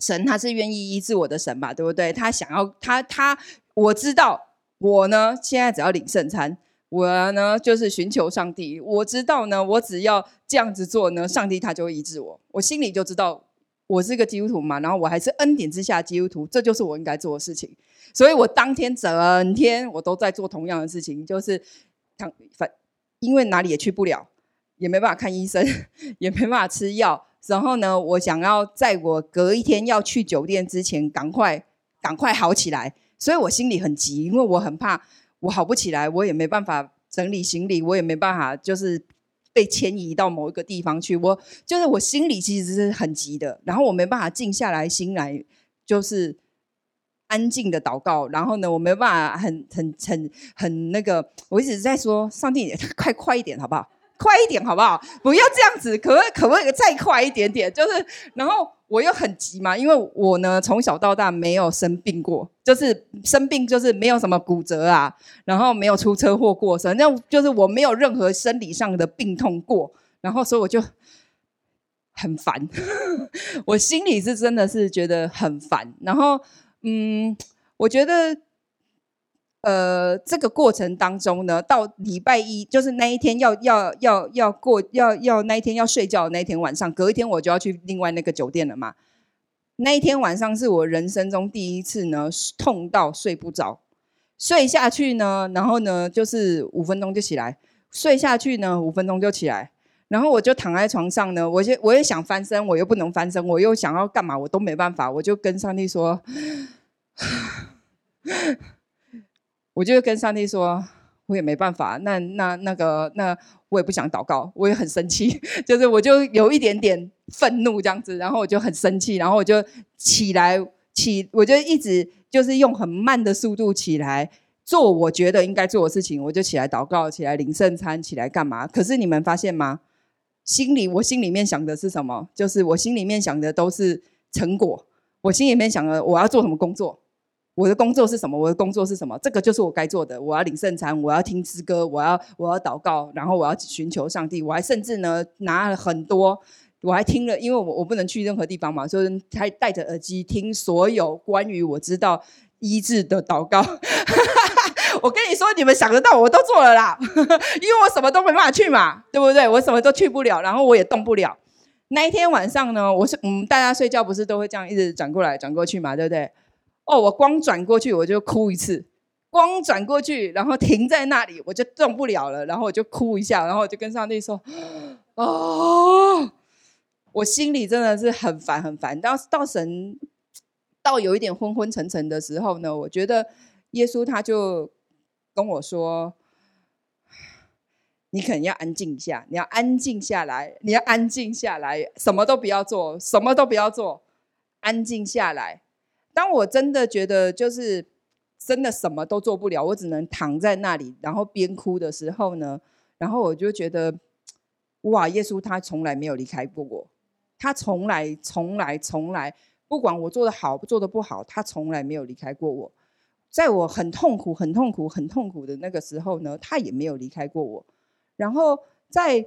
B: 神他是愿意医治我的神嘛，对不对？他想要他他我知道我呢，现在只要领圣餐，我呢就是寻求上帝，我知道呢，我只要这样子做呢，上帝他就会医治我。我心里就知道我是个基督徒嘛，然后我还是恩典之下的基督徒，这就是我应该做的事情。所以我当天整天我都在做同样的事情，就是躺反，因为哪里也去不了，也没办法看医生， 也没办法吃药。然后呢，我想要在我隔一天要去酒店之前，赶快赶快好起来。所以我心里很急，因为我很怕我好不起来，我也没办法整理行李，我也没办法就是被迁移到某一个地方去。我就是我心里其实是很急的，然后我没办法静下来心来，就是安静的祷告。然后呢，我没办法很很很很那个，我一直在说上帝，快快一点好不好？快一点好不好？不要这样子，可不可以可不可以再快一点点？就是，然后我又很急嘛，因为我呢从小到大没有生病过，就是生病就是没有什么骨折啊，然后没有出车祸过，反正就是我没有任何生理上的病痛过，然后所以我就很烦， 我心里是真的是觉得很烦。然后，嗯，我觉得呃，这个过程当中呢，到礼拜一就是那一天要要要要过要要那一天要睡觉的那一天晚上，隔一天我就要去另外那个酒店了嘛。那一天晚上是我人生中第一次呢，痛到睡不着，睡下去呢，然后呢就是五分钟就起来，睡下去呢五分钟就起来，然后我就躺在床上呢，我就我也想翻身，我又不能翻身，我又想要干嘛，我都没办法，我就跟上帝说。我就跟上帝说，我也没办法，那那那个那我也不想祷告，我也很生气， 就是我就有一点点愤怒这样子，然后我就很生气，然后我就起来起，我就一直就是用很慢的速度起来。做我觉得应该做的事情，我就起来祷告，起来领圣餐，起来干嘛？可是你们发现吗？心里我心里面想的是什么？就是我心里面想的都是成果，我心里面想的我要做什么工作，我的工作是什么？我的工作是什么？这个就是我该做的。我要领圣餐，我要听诗歌，我要我要祷告，然后我要寻求上帝。我还甚至呢拿了很多，我还听了，因为我我不能去任何地方嘛，所以还戴着耳机听所有关于我知道医治的祷告。 我跟你说，你们想得到我都做了啦，因 为我什么都没办法去嘛，对不对？我什么都去不了，然后我也动不了。那一天晚上呢，我是嗯，大家睡觉不是都会这样一直转过来转过去嘛，对不对？哦，我光转过去我就哭一次，光转过去，然后停在那里，我就动不了了，然后我就哭一下，然后我就跟上帝说：“哦，我心里真的是很烦很烦。”到到神到有一点昏昏沉沉的时候呢，我觉得耶稣他就跟我说：“你可能要安静一下，你要安静下来，你要安静下来，什么都不要做，什么都不要做，安静下来。”当我真的觉得就是真的什么都做不了，我只能躺在那里，然后边哭的时候呢，然后我就觉得，哇，耶稣他从来没有离开过我，他从来从来从来，不管我做的好做的不好，他从来没有离开过我。在我很痛苦、很痛苦、很痛苦的那个时候呢，他也没有离开过我。然后在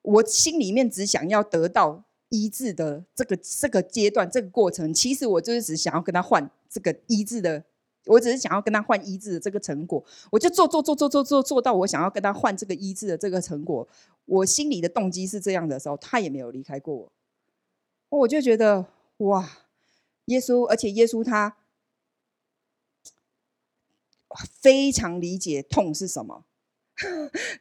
B: 我心里面只想要得到医治的这个这个阶段、这个过程，其实我就是只想要跟他换这个医治的，我只是想要跟他换医治的这个成果，我就做做做做做做做到我想要跟他换这个医治的这个成果。我心里的动机是这样的时候，他也没有离开过我，我就觉得哇，耶稣，而且耶稣他非常理解痛是什么。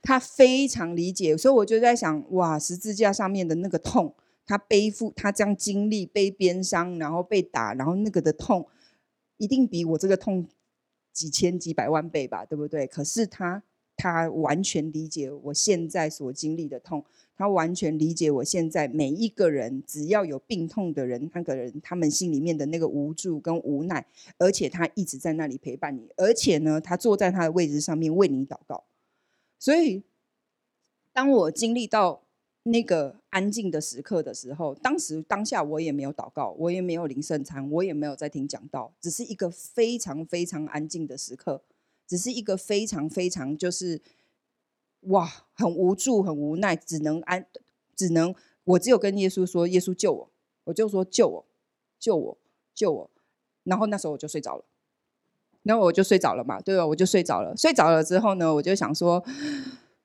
B: 他非常理解，所以我就在想，哇，十字架上面的那个痛，他背负他这样经历被鞭伤，然后被打，然后那个的痛，一定比我这个痛几千几百万倍吧，对不对？可是他他完全理解我现在所经历的痛，他完全理解我现在每一个人只要有病痛的人，那个人他们心里面的那个无助跟无奈，而且他一直在那里陪伴你，而且呢，他坐在他的位置上面为你祷告。所以，当我经历到那个安静的时刻的时候，当时当下我也没有祷告，我也没有灵圣餐，我也没有在听讲道，只是一个非常非常安静的时刻，只是一个非常非常就是哇，很无助，很无奈，只能安，只能我只有跟耶稣说：“耶稣救我！”我就说：“救我，救我，救我！”然后那时候我就睡着了。然后我就睡着了嘛，对吧？我就睡着了，睡着了之后呢，我就想说，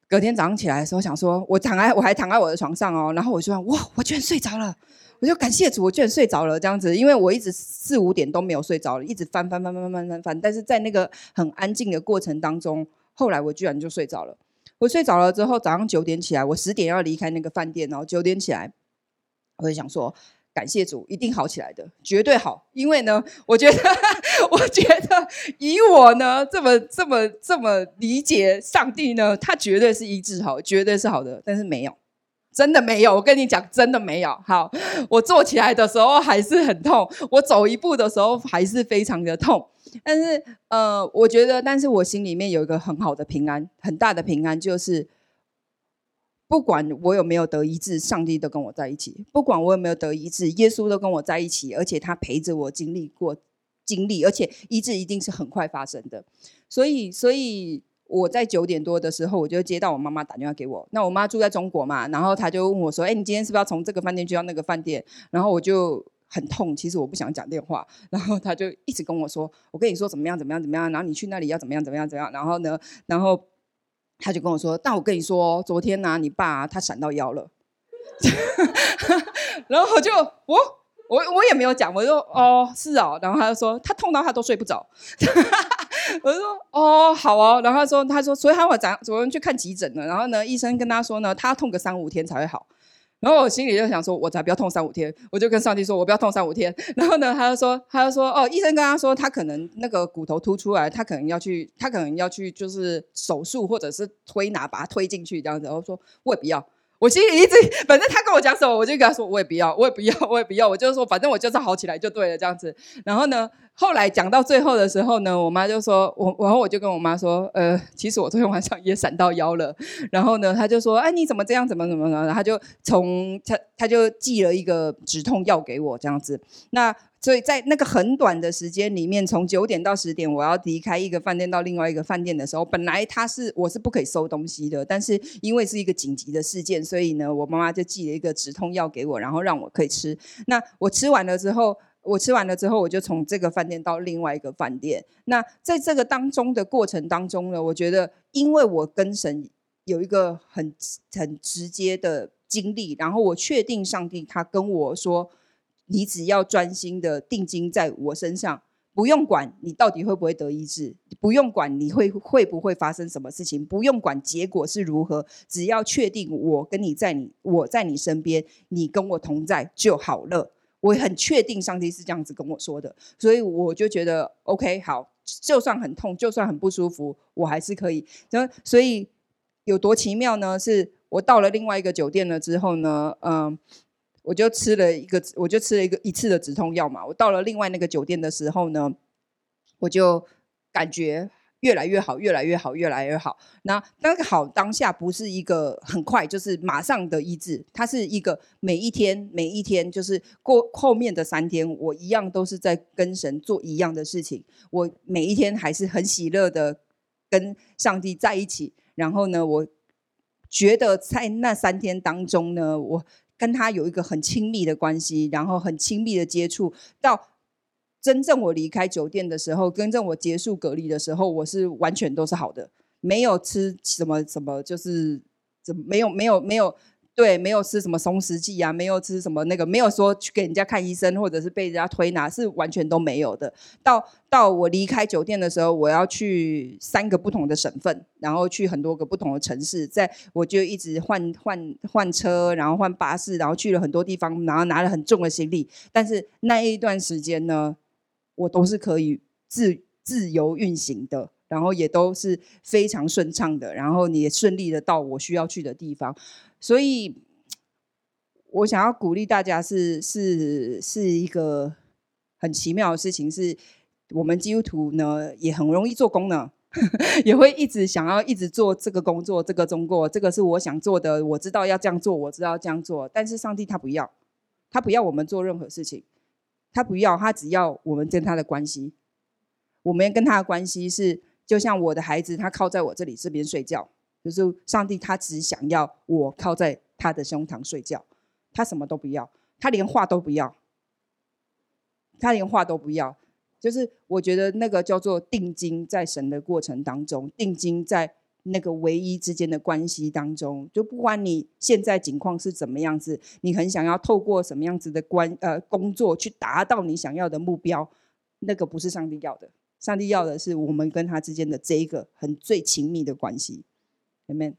B: 隔天早上起来的时候，想说我躺在我还躺在我的床上哦，然后我就想哇，我居然睡着了。我就感谢主，我居然睡着了，这样子，因为我一直四五点都没有睡着了，一直翻翻翻翻翻翻翻，但是在那个很安静的过程当中，后来我居然就睡着了。我睡着了之后，早上九点起来，我十点要离开那个饭店，然后九点起来，我就想说，感谢主，一定好起来的，绝对好。因为呢，我觉得， 我觉得 以我呢这么这么这么理解上帝呢，他绝对是医治好，绝对是好的，但是没有。真的没有，我跟你讲，真的没有。好，我坐起来的时候还是很痛，我走一步的时候还是非常的痛。但是，呃，我觉得，但是我心里面有一个很好的平安，很大的平安，就是不管我有没有得医治，上帝都跟我在一起；不管我有没有得医治，耶稣都跟我在一起，而且他陪着我经历过经历，而且医治一定是很快发生的。所以，所以我在九点多的时候，我就接到我妈妈打电话给我。那我妈住在中国嘛，然后她就问我说：“哎、你今天是不是要从这个饭店去到那个饭店？”然后我就很痛，其实我不想讲电话。然后她就一直跟我说：“我跟你说怎么样怎么样怎么样，然后你去那里要怎么样怎么样怎么样。”然后呢，然后她就跟我说：“但我跟你说哦，昨天呢、你爸啊、他闪到腰了。”然后我就我我我也没有讲，我就哦是哦，然后他就说他痛到他都睡不着， 我就说哦好哦，然后他说他说所以他我早昨天去看急诊了，然后呢医生跟他说呢他要痛个三五天才会好，然后我心里就想说我才不要痛三五天，我就跟上帝说我不要痛三五天， 然后呢他就说他就说哦医生跟他说他可能那个骨头凸出来，他可能要去他可能要去就是手术或者是推拿把它推进去这样子，然后说我也不要。我心里一直，反正他跟我讲什么，我就跟他说，我也不要，我也不要，我也不要，我就说，反正我就是好起来就对了，这样子。然后呢，后来讲到最后的时候呢，我妈就说，我，然后我就跟我妈说，呃，其实我昨天晚上也闪到腰了。然后呢，她就说，哎，你怎么这样，怎么怎么怎么，然后她就从她她就寄了一个止痛药给我，这样子。那所以在那个很短的时间里面，从九点到十点，我要离开一个饭店到另外一个饭店的时候，本来他是我是不可以收东西的，但是因为是一个紧急的事件，所以呢，我妈妈就寄了一个止痛药给我，然后让我可以吃。那我吃完了之后，我吃完了之后，我就从这个饭店到另外一个饭店。那在这个当中的过程当中呢，我觉得因为我跟神有一个很很直接的经历，然后我确定上帝他跟我说，你只要专心的定睛在我身上。不用管你到底会不会得医治，不用管你会会不会发生什么事情，不用管结果是如何，只要确定我跟你在你我在你身边，你跟我同在就好了。我很确定上帝是这样子跟我说的，所以我就觉得 OK 好，就算很痛，就算很不舒服，我还是可以。然后所以有多奇妙呢？是我到了另外一个酒店了之后呢，嗯。我就吃了一个，我就吃了一个一次的止痛药嘛。我到了另外那个酒店的时候呢，我就感觉越来越好，越来越好，越来越好。那那个好当下不是一个很快，就是马上的医治，它是一个每一天每一天，就是过后面的三天，我一样都是在跟神做一样的事情。我每一天还是很喜乐的跟上帝在一起。然后呢，我觉得在那三天当中呢，我跟他有一个很亲密的关系，然后很亲密的接触到。真正我离开酒店的时候，真正我结束隔离的时候，我是完全都是好的，没有吃什么什么，就是怎么没有没有没有对，没有吃什么松弛剂啊，没有吃什么那个，没有说去给人家看医生，或者是被人家推拿，是完全都没有的。到到我离开酒店的时候，我要去三个不同的省份，然后去很多个不同的城市，在我就一直换换换车，然后换巴士，然后去了很多地方，然后拿了很重的行李。但是那一段时间呢，我都是可以自自由运行的，然后也都是非常顺畅的，然后你也顺利的到我需要去的地方，所以。我想要鼓励大家是是是一个很奇妙的事情，是我们基督徒呢也很容易做工呢， 也会一直想要一直做这个工作，这个工作，这个是我想做的，我知道要这样做，我知道要这样做，但是上帝他不要，他不要我们做任何事情，他不要，他只要我们跟他的关系，我们跟他的关系是就像我的孩子，他靠在我这里这边睡觉，就是上帝他只想要我靠在他的胸膛睡觉。他什么都不要，他连话都不要，他连话都不要。就是我觉得那个叫做定睛在神的过程当中，定睛在那个唯一之间的关系当中，就不管你现在情况是怎么样子，你很想要透过什么样子的关呃工作去达到你想要的目标，那个不是上帝要的，上帝要的是我们跟他之间的这一个很最亲密的关系，amen。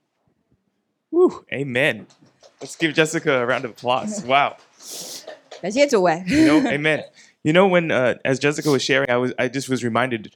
A: Woo, amen. Let's give Jessica a round of applause. Wow.
B: 感谢主哎，
A: You know, amen. You know, when uh, as Jessica was sharing, I was I just was reminded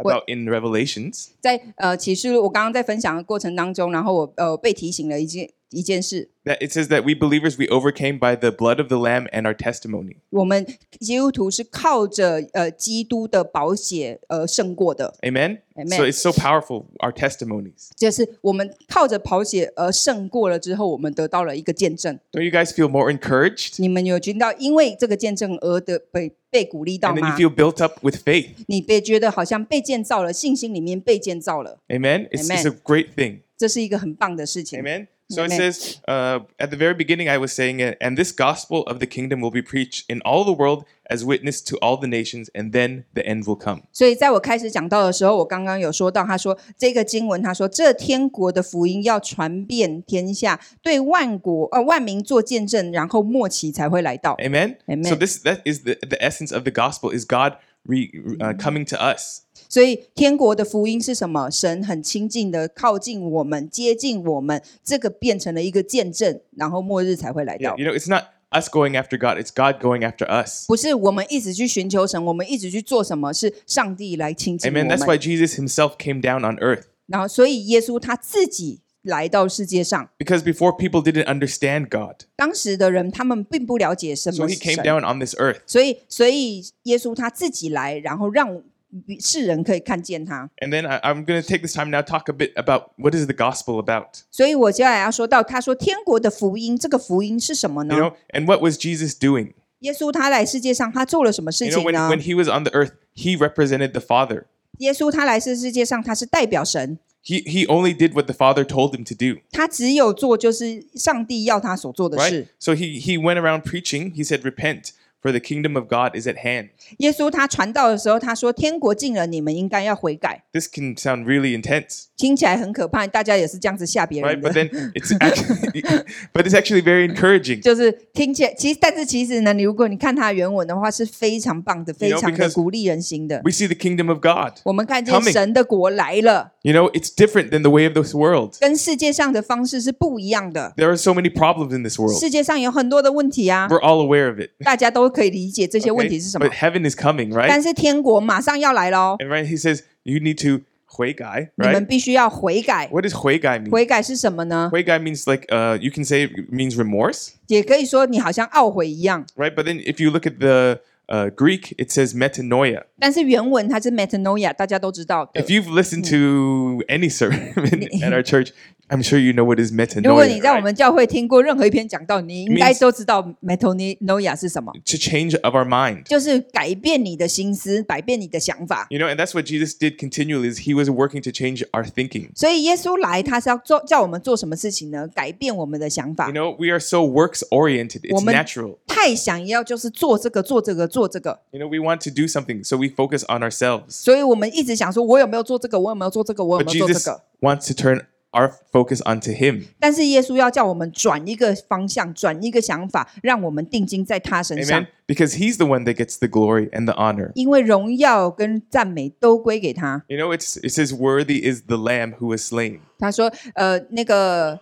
B: What?
A: about in Revelations.
B: 在呃启示录我刚刚在分享的过程当中，然后我呃被提醒了一件一件事，
A: That it says that we believers we overcame by the blood of the Lamb and our testimony.
B: 我们基督徒是靠着呃基督的宝血呃胜过的，
A: Amen.
B: Amen.
A: So it's so powerful our testimonies.
B: 就是我们靠着宝血而胜过了之后，我们得到了一个见证。
A: Don't you guys feel more encouraged?
B: 你们有觉得到因为这个见证而得被被鼓励到
A: And then you feel
B: 吗？
A: built up with faith.
B: 你被觉得好像被建造了，信心里面被建造了，
A: Amen. It's, it's a
B: Amen.
A: great thing.
B: 这是一个很棒的事情。
A: Amen. So it
B: Amen.
A: says uh, at the very beginning, I was saying it, and this gospel of the kingdom will be preached in all the world as witness to all the nations, and then the end will come.
B: 所以在我开始讲到的时候，我刚刚有说到，他说这个经文，他说这天国的福音要传遍天下，对万国呃万民做见证，然后末期才会来到。
A: Amen.
B: Amen.
A: So this that is the the essence of the gospel is God re,
B: Mm-hmm.
A: uh, coming to us.
B: 所以天国的福音是什么？神很亲近的靠近我们，接近我们，这个变成了一个见证，然后末日才会来
A: Yeah,
B: 到。
A: You know, it's not us going after God; it's God going after us.
B: 不是我们一直去寻求神，我们一直去做什么，是上帝来亲近我
A: Amen. That's why
B: 们。
A: Jesus Himself came down on earth
B: 然后，所以耶稣他自己来到世界上，
A: because before people didn't understand God,
B: 当时的人他们并不了解什
A: so
B: 么
A: He
B: 是
A: came
B: 神。
A: down on this earth,
B: 所以，所以耶稣他自己来，然后让世人可以看见他。
A: and then I, I'm going to take this time now to talk a bit about what is the gospel about,
B: 所以我接下来要说到，他说天国的福音，这个福音是什么
A: you
B: 呢？
A: know, and what was Jesus doing?
B: 耶稣他来世界上，他做了什么事
A: You know,
B: 情
A: when,
B: 呢
A: when？he was on the earth, he represented the Father.
B: 耶稣他来世世界上，他是代表神，
A: He he only did what the Father told him to do,
B: 他只有做就是上帝要他所做的
A: right?
B: 事。
A: So he he went around preaching. He said, "Repent, for the kingdom of God is at hand."
B: 耶稣他传道的时候，他说：“天国近了，你们应该要悔改。
A: This can sound really intense, ”
B: 听起来很可怕，大家也是这样子吓别
A: right?
B: 人
A: But
B: 的。
A: then it's actually, but it's actually very encouraging,
B: 就是听起来，其实但是其实呢，你如果你看他的原文的话，是非常棒的，非
A: You know,
B: 常的
A: because-
B: 鼓励人心的。
A: We see the kingdom of God.
B: 我们看见
A: Coming
B: 神的国来了，
A: You know, it's different than the way of this world.
B: 跟世界上的方式是不一样的。
A: There are so many problems in this world.
B: 世界上有很多的问题啊，
A: We're all aware of it.
B: 大家都可以理解这些问
A: okay?
B: 题是什么
A: But。heaven is coming,
B: 但
A: right?
B: 是天国马上要来喽，
A: And right, he says you need to huigai,
B: 你们
A: right?
B: 必须要悔改。
A: What does huigai mean?
B: 悔改是什么呢？
A: Huigai means like uh, you can say it means remorse,
B: 也可以说你好像懊悔一样，
A: right? But then if you look at the uh, Greek, it says metanoia.
B: 但是原文它是 metanoia，大家都知道的
A: If。you've listened to any sermon at our church, I'm sure you know what is
B: 如果你
A: metanoia.
B: 在我
A: right?
B: 们教会听过任何一篇讲道，你应
A: means-
B: 该都知道 metanoia 是什么，
A: To change of our mind,
B: 就是改变你的心思，改变你的想法。
A: you know, and that's what Jesus did continually. Is he was working to change our thinking.
B: 所以耶稣来，他是要做叫我们做什么事情呢？改变我们的想法
A: You。know, we are so works oriented. It's
B: Woman-
A: natural.
B: 太想要就是做这个做这个做这个，
A: You know, we want to do something, so we focus on ourselves.
B: 所以我们一直想说，我有没有做这个？我有没有做这个？我有
A: But
B: 没有做这
A: Jesus
B: 个？
A: wants to turn our focus onto Him.
B: 但是耶稣要叫我们转一个方向，转一个想法，让我们定睛在他身上
A: Amen.，Because He's the one that gets the glory and the honor.
B: 因为荣耀跟赞美都归给他。
A: You know, it's it says, "Worthy is the Lamb who was slain."
B: 他说：“呃，那个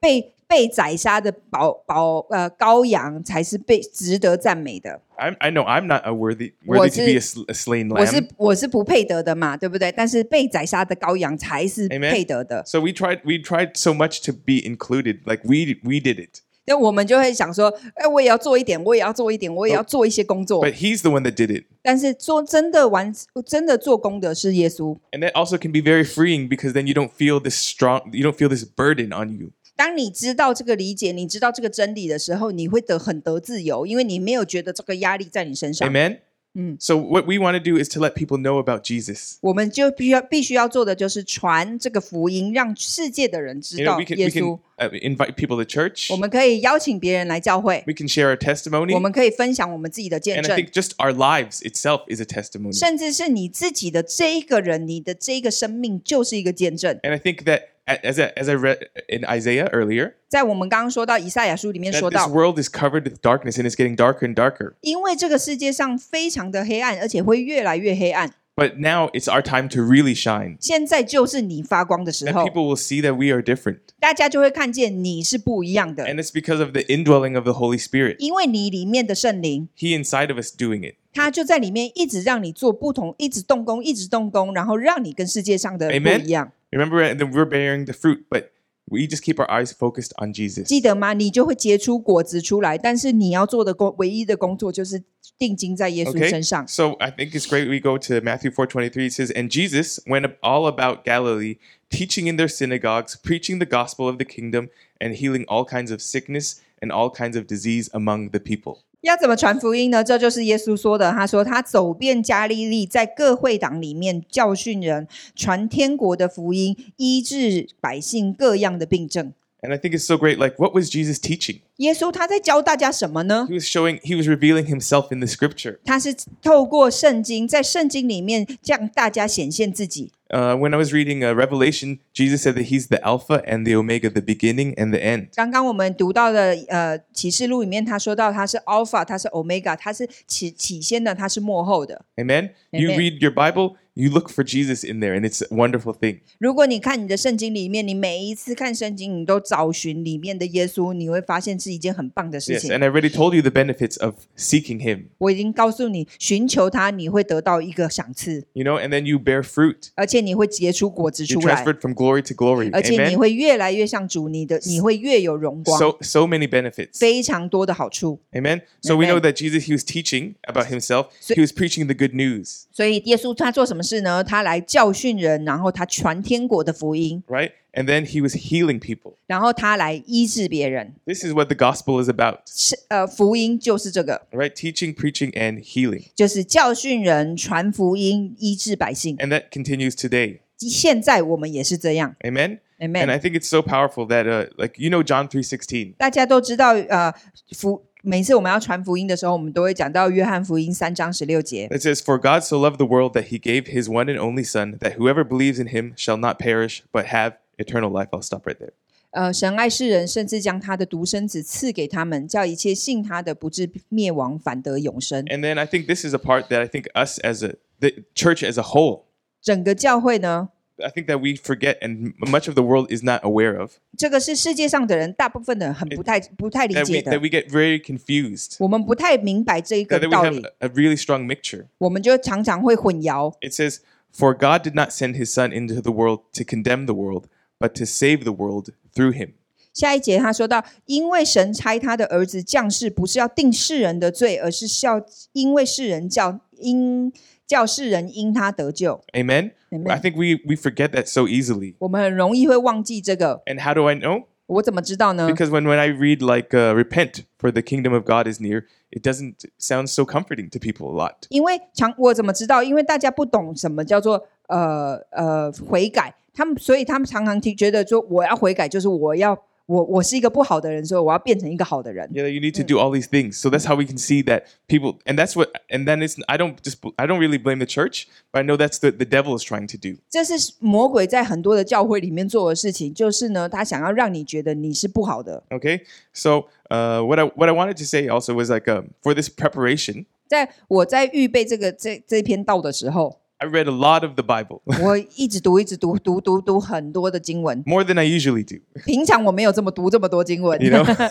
B: 被被宰杀的宝宝呃羔羊才是被值得赞美的。
A: I'm, I know I'm not a worthy worthy to be a, sl- a slain
B: 我是
A: lamb.
B: 我是不配得的嘛，对不对？但是被宰杀的羔羊才是
A: Amen
B: 配得的。
A: So we tried we tried so much to be included. Like we we did it,
B: 那我们就会想说，哎，我也要做一点，我也要做一点，我也
A: 哦
B: 要做一些工作。
A: but He's the one that did it.
B: 但是做真的完，真的做工的是耶稣。
A: And that also can be very freeing because then you don't feel this strong. You don't feel this burden on you.
B: 当你知道这个理解，你知道这个真理的时候，你会得很得自由，因为你没有觉得这个压力在你身上。
A: Amen.
D: Mm.
A: So what we want to do is to let people know about Jesus.
B: 我们就必须要必须要做的就是传这个福音，让世界的人知
A: You know,
B: 道
A: we can
B: 耶
A: we
B: 稣
A: can。uh, invite people to church.
B: 我们可以邀请别人来教会，
A: We can share our testimony,
B: 我们可以分享我们自己的见
A: and I
B: 证，
A: think just our lives itself is a testimony.
B: 甚至是你自己的这一个人，你的这一个生命就是一个见证。
A: And I think that a- as I, as I read in Isaiah earlier,
B: 在我们刚刚说到以赛亚书里面
A: that
B: 说
A: this
B: 到，
A: world is covered with darkness and it's getting darker and darker.
B: 因为这个世界上非常的黑暗，而且会越来越黑暗。
A: But now it's our time to really shine.
B: 现在就是你发光的时
A: That
B: 候，
A: people will see that we are different.
B: 大家就会看见你是不一样的，
A: And it's because of the indwelling of the Holy Spirit.
B: 因为你里面的圣灵，
A: He inside of us doing it.
B: 它就在里面一直让你做不同，一直动工，一直动工，然后让你跟世界上的不
A: Amen
B: 一样，
A: Remember uh, that we're bearing the fruit, but we just keep our eyes focused on Jesus.
B: 记得吗？你就会结出果子出来，但是你要做的工，唯一的工作就是定睛在耶稣
A: Okay.
B: 身上。
A: So I think it's great we go to Matthew 4:23 it says and Jesus went all about Galilee teaching in their synagogues preaching the gospel of the kingdom and healing all kinds of sickness and all kinds of disease among the people.
B: 要怎么传福音呢？这就是耶稣说的。他说：“他走遍加利利，在各会堂里面教训人，传天国的福音，医治百姓各样的病症。
A: And I think it's so great like what was Jesus teaching? ”
B: 耶稣他在教大家什么呢？
A: He was showing he was revealing himself in the scripture.
B: 他是透过圣经，在圣经里面向大家显现自己。
A: Uh, when I was reading uh, Revelation, Jesus said that he's the alpha and the omega, the beginning and the end.
B: 刚刚我们读到的呃启示录里面，他说到他是 Alpha，他是 Omega，他是起起先的，他是幕后的。
A: Amen. You
B: Amen.
A: read your Bible, you look for Jesus in there and it's a wonderful thing.
B: 如果你看你的圣经里面，你每一次看圣经，你都找寻里面的耶稣，你会发现是一件很棒的事
A: Yes,
B: 情。
A: and I already told you the benefits of seeking him.
B: 我已经告诉你，寻求他，你会得到一个赏赐，
A: you know, and then you bear fruit.
B: 而且你会结出果子
A: You're
B: 出来，
A: transferred from glory to glory.
B: 而且你
A: Amen.
B: 会越来越像主，你的你会越有荣光，
A: So so many benefits.
B: 非常多的好处。
A: Amen. So we
B: Amen.
A: know that Jesus he was teaching about himself.
B: So-
A: he was preaching the good news,
B: 所以耶稣他做什么事呢？他来教训人，然后他传天国的福音，
A: right? And then he was healing people.
B: 然后他来医治别人。
A: This is what the gospel is about,
B: 是呃，福音就是这个，
A: right? Teaching, preaching and healing.
B: 就是教训人、传福音、医治百姓。
A: And that continues today.
B: 现在我们也是这样
A: Amen. And I
B: ，amen。
A: think it's so powerful that uh, like you know John 3:16.
B: 大家都知道，呃，福每次我们要传福音的时候，我们都会讲到约翰福音三章十六节。
A: It says, For God so loved the world that he gave his one and only Son, that whoever believes in him shall not perish, but have eternal life. I'll stop right there.
B: 呃，神爱世人，甚至将他的独生子赐给他们，叫一切信他的不至灭亡，反得永生。
A: And then I think this is a part that I think us as a the church as a whole,
B: 整个教会呢，
A: I think that we forget and m- much of the world is not aware of
B: 这个是世界上的人大部分的人很不太不太理
A: that
B: 解
A: we
B: 的
A: that，we get very confused.
B: 我们不太明白这一
A: That,
B: 个
A: that we
B: 道
A: have
B: 理，
A: a a really strong mixture.
B: 我们就常常会混淆。
A: It says, "For God did not send His Son into the world to condemn the world, but to save the world through Him."
B: 下一节他说到，因为神差他的儿子降世，不是要定世人的罪，而是要因为世人叫因叫世人因他得救。
A: Amen.
B: Amen.
A: I think we we forget that so easily.
B: 我们很容易会忘记这个，
A: And how do I know?
B: 我怎么知道呢？
A: Because when when I read like uh, "Repent, for the kingdom of God is near," it doesn't sound so comforting to people a lot.
B: 因为常我怎么知道？因为大家不懂什么叫做呃呃悔改，他们所以他们常常听觉得说我要悔改，就是我要我我是一个不好的人，所以我要变成一个好的人。
A: Yeah, you need to do all these things. So that's how we can see that people, and that's what, and then it's. I don't just, I don't really blame the church, but I know that's the the devil is trying to do.
B: 这是魔鬼在很多的教会里面做的事情，就是呢，他想要让你觉得你是不好的。
A: Okay, so uh, what I what I wanted to say also was like um, for this preparation,
B: 在我在预备这个这这篇道的时候，
A: I read a lot of the Bible,
B: 我一直读，一直读，读读读很多的经文。
A: more than I usually do.
B: 平常我没有这么读这么多经文，
A: You know,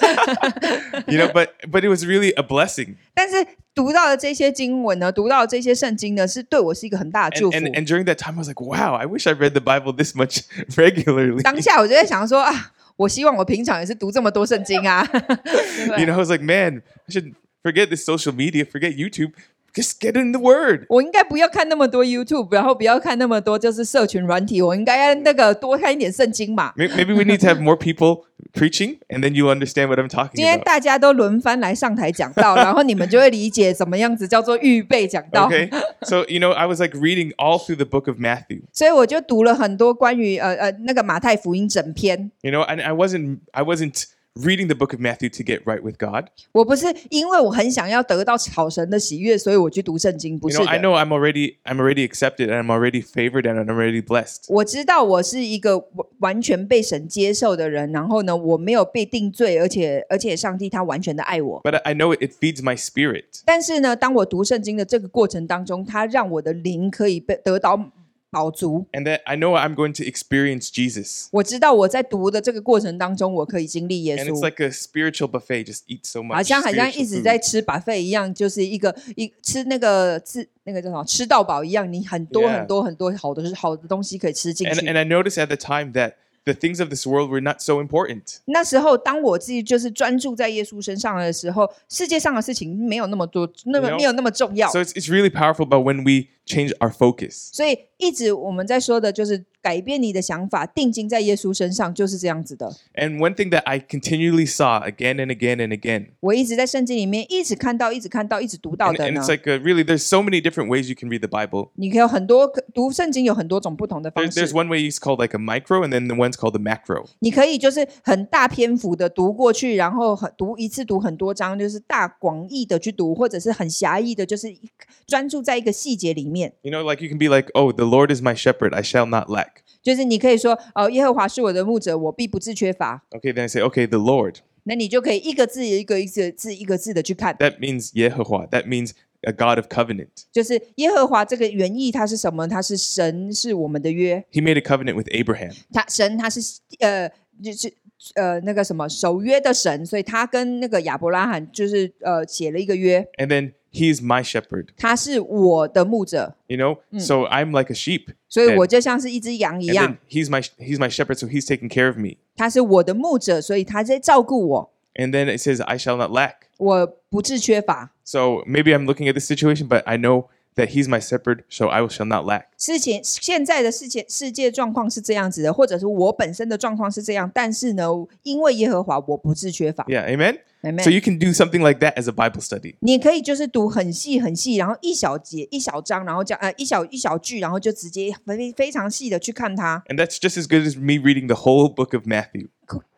A: you know, but but it was really a blessing.
B: 但是读到的这些经文呢，读到的这些圣经呢，是对我是一个很大的祝
A: And,
B: 福。
A: and and during that time, I was like, wow, I wish I read the Bible this much regularly.
B: 当下我就在想说啊，我希望我平常也是读这么多圣经啊。
A: You know, I was like, man, I should forget this social media, forget YouTube, Just get in the Word.
B: 我应该不要看那么多 YouTube，然后不要看那么多就是社群软体，我应该那个多看一点圣经嘛。
A: May- Maybe we need to have more people preaching, and then you understand what I'm
B: 今
A: talking
B: 天
A: about.
B: 大家都轮番来上台讲道，然后你们就会理解怎么样子叫做预备讲 道。
A: Okay, so you know, I was like reading all through the book of Matthew.
B: 所以我就读了很多关于呃呃那个马太福音整篇。
A: You know, and I wasn't, I wasn't reading the book of Matthew to get right with God.
B: 我不是因为我很想要得到草神的喜悦，所以我去读圣经，不
A: You
B: 是
A: know, I
B: 的。
A: know I'm already, I'm already accepted, and I'm already favored, and I'm already blessed.
B: 我知道我是一个完完全被神接受的人，然后呢，我没有被定罪，而且而且上帝他完全的爱我。
A: But I- I know it, it feeds my spirit.
B: 但是呢，当我读圣经的这个过程当中，它让我的灵可以被得到饱足。
A: and that I know I'm going to experience Jesus.
B: 我知道我在读的这个过程当中，我可以经历耶
A: And it's
B: 稣，
A: like a spiritual buffet, just eat so much.
B: 好像好像一
A: spiritual
B: 直
A: food.
B: 在吃把费一样，就是一个一吃那个吃那个叫什么吃到饱一样，你很多
A: Yeah.
B: 很多很多好的好的东西可以吃进
A: and,
B: 去
A: and。I noticed at the time that the things of this world were not so important.
B: 那时候，当我自己就是专注在耶稣身上的时候，世界上的事情没有那么多，那么
A: You know?
B: 没有那么重要
A: So。it's, it's really powerful about when we change our focus.
B: 所以一直我们在说的就是改变你的想法，定睛在耶稣身上，就是这样子的。
A: And one thing that I continually saw again and again and again.
B: 我一直在圣经里面一直看到，一直看到，一直读到
A: And,
B: 的
A: and
B: 呢
A: it's。like uh really, there's so many different ways you can read the Bible.
B: 你可以有很多读圣经有很多种不同的
A: There,
B: 方
A: there's
B: 式，
A: one way it's called like a micro, and then the one's called the macro.
B: 你可以就是很大篇幅的读过去，然后很读一次读很多章，就是大广义的去读，或者是很狭义的，就是一专注在一个细节里面。
A: You know, like you can be like, oh, the Lord is my shepherd, I shall not lack.
B: 就是你可以说，哦，耶和华是我的牧者，我必不致缺乏。
A: Okay, then I say, okay, the Lord.
B: 那你就可以一个字一个一个字一个字的去看，
A: That means Yehovah. That means a God of covenant.
B: 就是耶和华这个原意它是什么？它是神，是我们的约。
A: he made a covenant with Abraham.
B: 他神他是呃就是呃那个什么守约的神，所以他跟那个亚伯拉罕就是呃写了一个约，
A: And then he's my shepherd,
B: 他是我的牧者，
A: you know? So I'm like a sheep.
B: 所以我
A: And,
B: 就像是一只羊一
A: and then，
B: 样
A: he's my he's my shepherd, so he's taking care of me.
B: 他是我的牧者，所以他在照顾我，
A: And then it says, I shall not lack.
B: 我不致缺乏。
A: So maybe I'm looking at this situation, but I know that he's my shepherd, so I shall not lack.
B: 事情现在的世界世界状况是这样子的，或者是我本身的状况是这样，但是呢，因为耶和华，我不致缺乏。
A: Yeah, amen?
B: Amen
A: So you can do something like that as a Bible study.
B: 你可以就是读很细很细，然后一小节一小章，然后讲呃一小一小句，然后就直接非非常细的去看它。
A: And that's just as good as me reading the whole book of Matthew.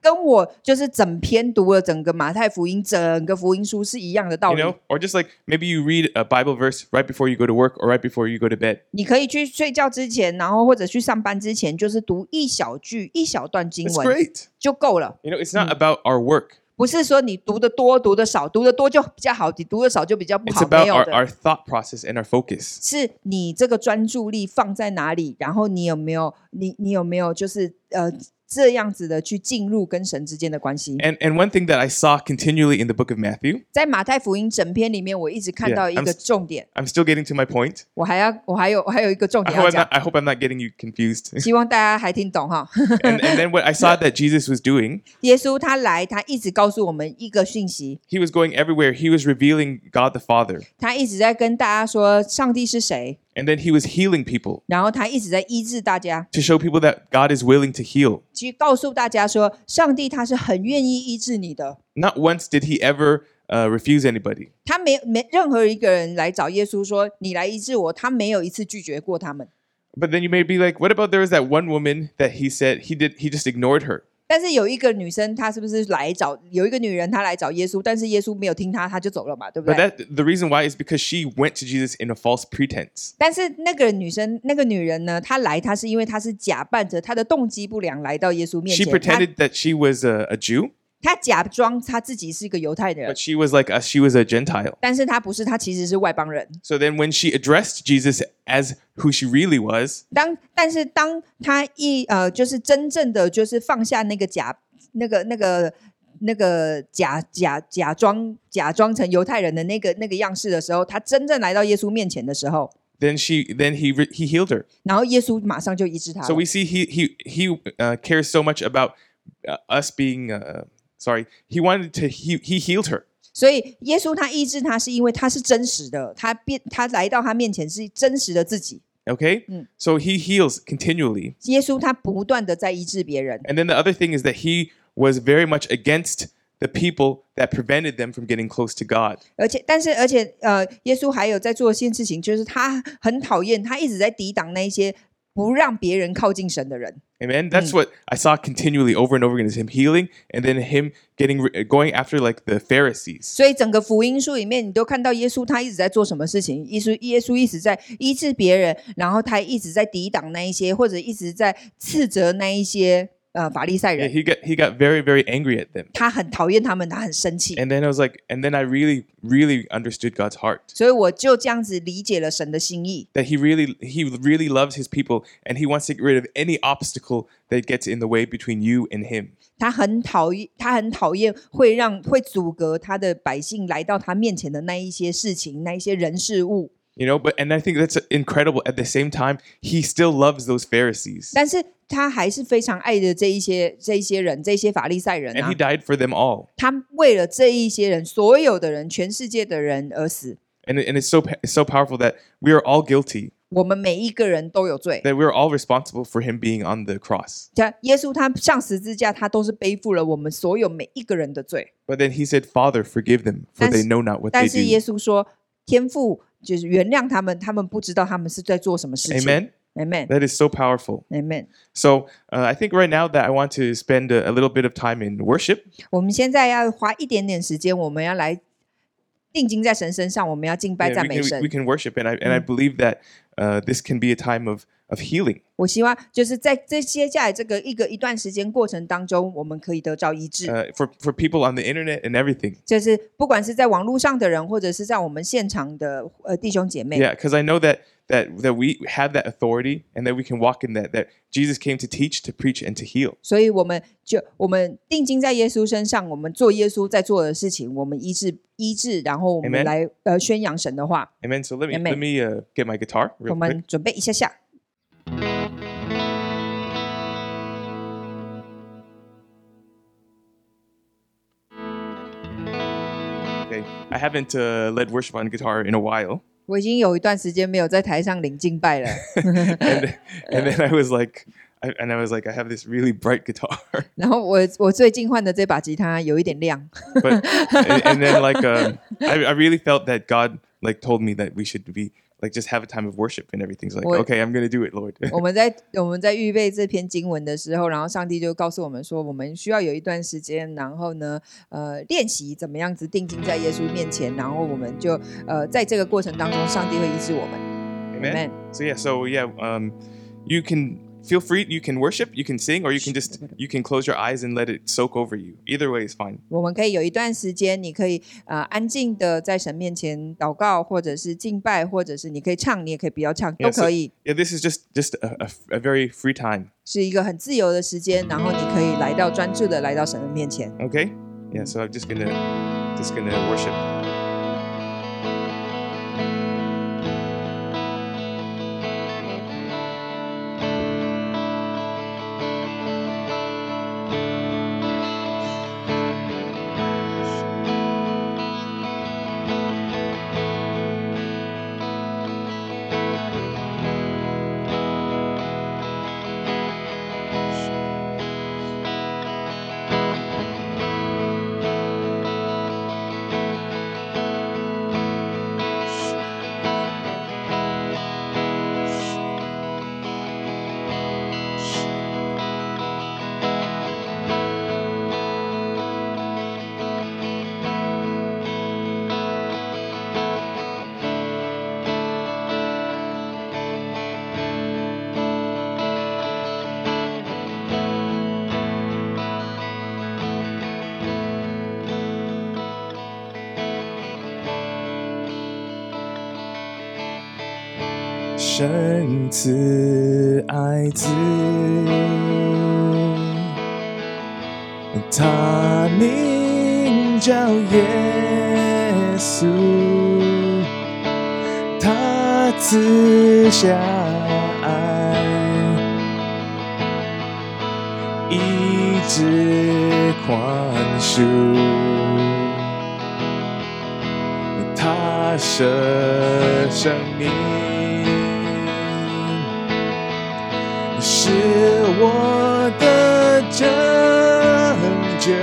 B: 跟我就是整篇读了整个马太福音、整个福音书是一样的道
A: You
B: 理。
A: know? Or just like maybe you read a Bible verse right before you go to work or right before you go to bed.
B: 你可以去睡觉之前，然后或者去上班之前，就是读一小句、一小段经
A: It's
B: 文
A: great.
B: 就够了。
A: You know, it's not about our work.
B: 不是说你读的多、读的少，读的多就比较好，你读的少就比较不
A: It's
B: 好。没
A: about
B: 有
A: our,
B: 的，
A: our thought process and our focus.
B: 是你这个专注力放在哪里，然后你有没有你你有没有就是呃这样子的去进入跟神之间的关系。
A: And and one thing that I saw continually in the book of Matthew,
B: 在马太福音整篇里面，我一直看
A: Yeah,
B: 到一
A: I'm
B: 个重点，
A: I'm still getting to my point.
B: 我还要我还有我还有一个重
A: I
B: 点
A: hope
B: 要
A: I'm
B: 讲
A: not,。I hope I'm not getting you confused.
B: 希望大家还听懂哈。
A: and, and then what I saw that Jesus was doing,
B: 耶稣他来，他一直告诉我们一个讯息，
A: he was going everywhere. He was revealing God the Father,
B: 他一直在跟大家说上帝是谁，
A: and then he was healing people
B: 然后他一直在医治大家，
A: to show people that God is willing to heal.
B: 去告诉大家说上帝他是很愿意医治你的。
A: Not once did he ever uh, refuse anybody.
B: 他没没任何一个人来找耶稣说你来医治我，他没有一次拒绝过他们。
A: But then you may be like, what about there was that one woman that he said he did he just ignored her.
B: 但是有一个女生，她是不是来找有一个女人，她来找耶稣，但是耶稣没有听她，她就走了嘛，对不
A: But
B: 对？
A: that the reason why is because she went to Jesus in a false pretense.
B: 但是那个女生，那个女人呢？她来，她是因为她是假扮着她的动机不良来到耶稣面
A: She
B: 前，她
A: pretended that she was a, a Jew,
B: 他假装他自己是一个犹太人
A: but，she was like a, she was a Gentile.
B: 但是他不是，他其实是外邦人。
A: So then when she addressed Jesus as who she really was,
B: 当但是当他一呃，就是真正的就是放下那个假那个那个那个假假假装假装成犹太人的那个那个样式的时候，他真正来到耶稣面前的时候，
A: then she then he re- he healed her.
B: 然后耶稣马上就医治他
A: So
B: 了
A: we。see he he he uh, cares so much about uh, us being uh, sorry, he wanted to he he healed her.
B: 所以耶稣他医治他，是因为他是真实的，他变他来到他面前是真实的自己。
A: Okay?
B: Mm.
A: So he heals continually.
B: 耶稣他不断的在医治别人，
A: And then the other thing is that he was very much against the people that prevented them from getting close to God.
B: 而且但是而且呃，耶稣还有在做一件事情，就是他很讨厌，他一直在抵挡那一些不让别人靠近神的人。
A: Amen. That's what I saw continually over and over again is him healing and then him getting re- going after like the Pharisees.
B: 所以整个福音书里面，你都看到耶稣他一直在做什么事情？耶稣耶稣一直在医治别人，然后他一直在抵挡那一些，或者一直在斥责那一些呃法利赛
A: Yeah,
B: 人。
A: he got he got very very angry at them.
B: 他很讨厌他们，他很生气。
A: And then I was like, and then I really really understood God's heart
B: 所以我就这样子理解了神的心意。
A: that he really he really loves his people and he wants to get rid of any obstacle that gets in the way between you and him.
B: 他很讨厌，他很讨厌会让会阻隔他的百姓来到他面前的那一些事情、那一些人事物。
A: You know, but and I think that's incredible. At the same time, he still loves those Pharisees.
B: 但是他还是非常爱着这一些这一些人，这一些法利赛人
A: And
B: 啊
A: he。died for them all.
B: 他为了这一些人，所有的人，全世界的人而死。
A: And, it- and it's so pa- it's so powerful that we are all guilty,
B: 我们每一个人都有罪。
A: that we are all responsible for him being on the cross.
B: 他耶稣他上十字架，他都是背负了我们所有每一个人的罪。
A: But then he said, "Father, forgive them, for
B: That's-
A: they know not what they
B: 但是耶
A: do."
B: 稣说，天父就是原谅他们，他们不知道他们是在做什么事情。
A: Amen.
B: Amen.
A: That is so powerful.
B: Amen.
A: So uh, I think right now that I want to spend a, a little bit of time in worship.
B: 我们现在要花一点点时间，我们要来定睛在神身上，我们要敬拜
A: Yeah,
B: 赞
A: we,
B: 美
A: can, we- we
B: 神。
A: can worship, and I and I believe that uh, this can be a time of of healing.
B: 我希望就是在这接下来这个一个一段时间过程当中，我们可以得到医治。
A: uh, for for people on the internet and everything.
B: 就是不管是在网络上的人，或者是在我们现场的呃弟兄姐妹
A: Yeah, because I know that that that we have that authority and that we can walk in that. That Jesus came to teach, to preach, and to heal.
B: 所以我们就我们定睛在耶稣身上，我们做耶稣在做的事情，我们医治医治，然后我们
A: Amen
B: 来呃宣扬神的话。
A: Amen. So let me
B: Amen.
A: let me uh, get my guitar
B: 我
A: real quick.
B: 们准备一下下。
A: Okay. I haven't uh, led worship on guitar in a while,
B: 我已经有一段时间没有在台上领敬拜了，
A: and and then I was like, I, and I was like, I have this really bright guitar,
B: 然后我我最近换的这把吉他有一点亮，
A: but and, and then like um, I, I really felt that God like told me that we should be like just have a time of worship and everything's like
B: Well-
A: okay, I'm gonna do it, Lord.
B: 我们在我们在预备这篇经文的时候，然后上帝就告诉我们说，我们需要有一段时间，然后呢，呃，练习怎么样子定睛在耶稣面前，然后我们就呃，在这个过程当中，上帝会医治我们。
A: Amen.
B: Amen.
A: So yeah, so yeah, um, you can feel free. You can worship, you can sing, or you can just you can close your eyes and let it soak over you. Either way is fine.
B: 我们可以有一段时间，你可以呃安静的在神面前祷告，或者是敬拜，或者是你可以唱，你也可以不要唱，都
A: Yes.
B: 可以，
A: Yeah, this is just just a, a- a very free time.
B: 是一个很自由的时间，然后你可以来到专注的来到神的面前。
A: Okay. Yeah. So I'm just gonna just gonna worship. 神慈爱子，他名叫耶稣，他赐下爱，医治宽恕。发射生命，你是我的拯救，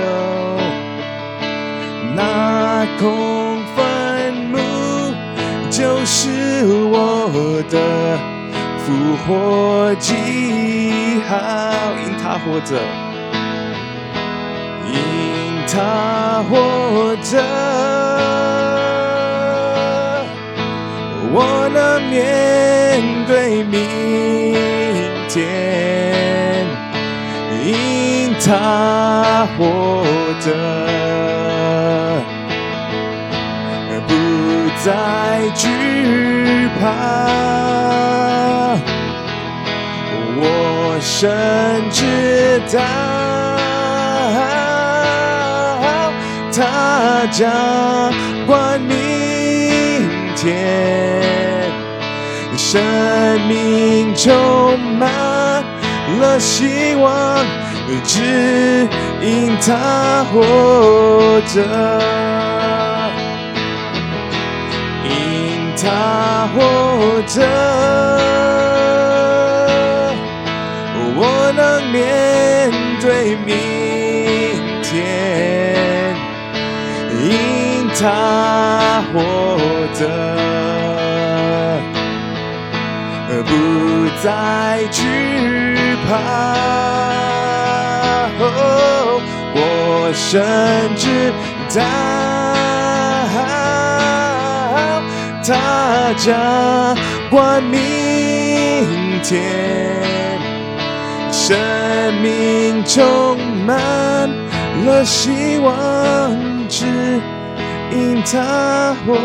A: 那空坟墓就是我的复活记号，因他活着。因他活着，我能面对明天。因他活着，不再惧怕。我深知道，他掌管明天，生命充满了希望，只因他活着。因他活着，我能面对明天。因他活着，不再惧怕。哦我深知道。他掌管明天，生命充满了希望，只因他活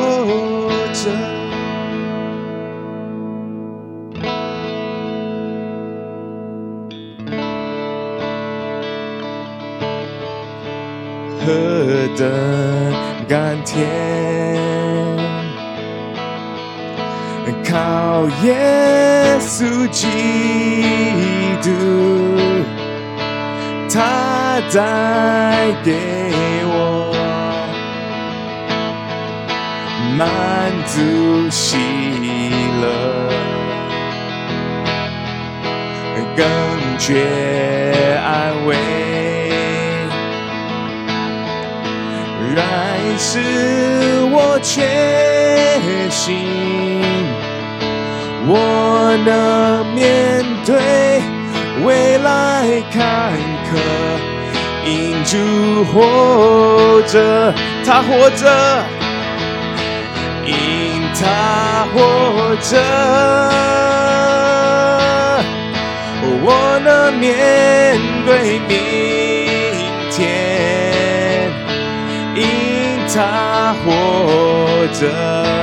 A: 着。何等甘甜！靠耶稣基督，他带给我满足喜乐，更觉安慰，然使我确信。我能面对未来坎坷，因主活着，他活着，因他活着，我能面对明天，因他活着。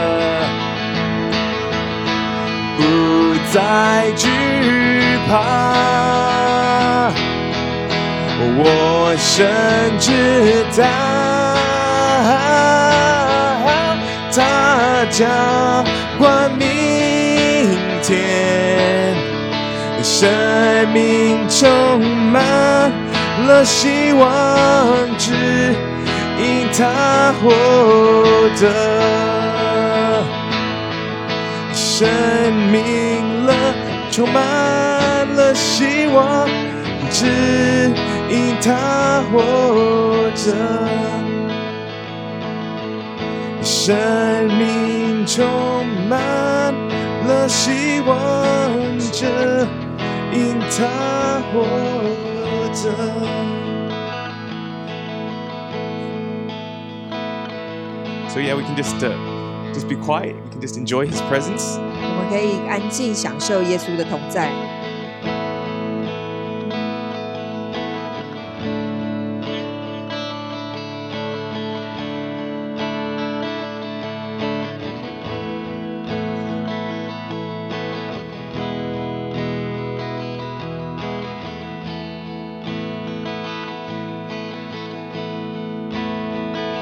A: 不再惧怕。我深知道，他掌管明天，生命充满了希望，只因他活着。生命了，充满了希望，只因他活着。生命充满了希望，只因他活着。So yeah, we can just uh, just be quiet. We can just enjoy His presence.
B: 我们可以安静享受耶稣的同在。
E: 我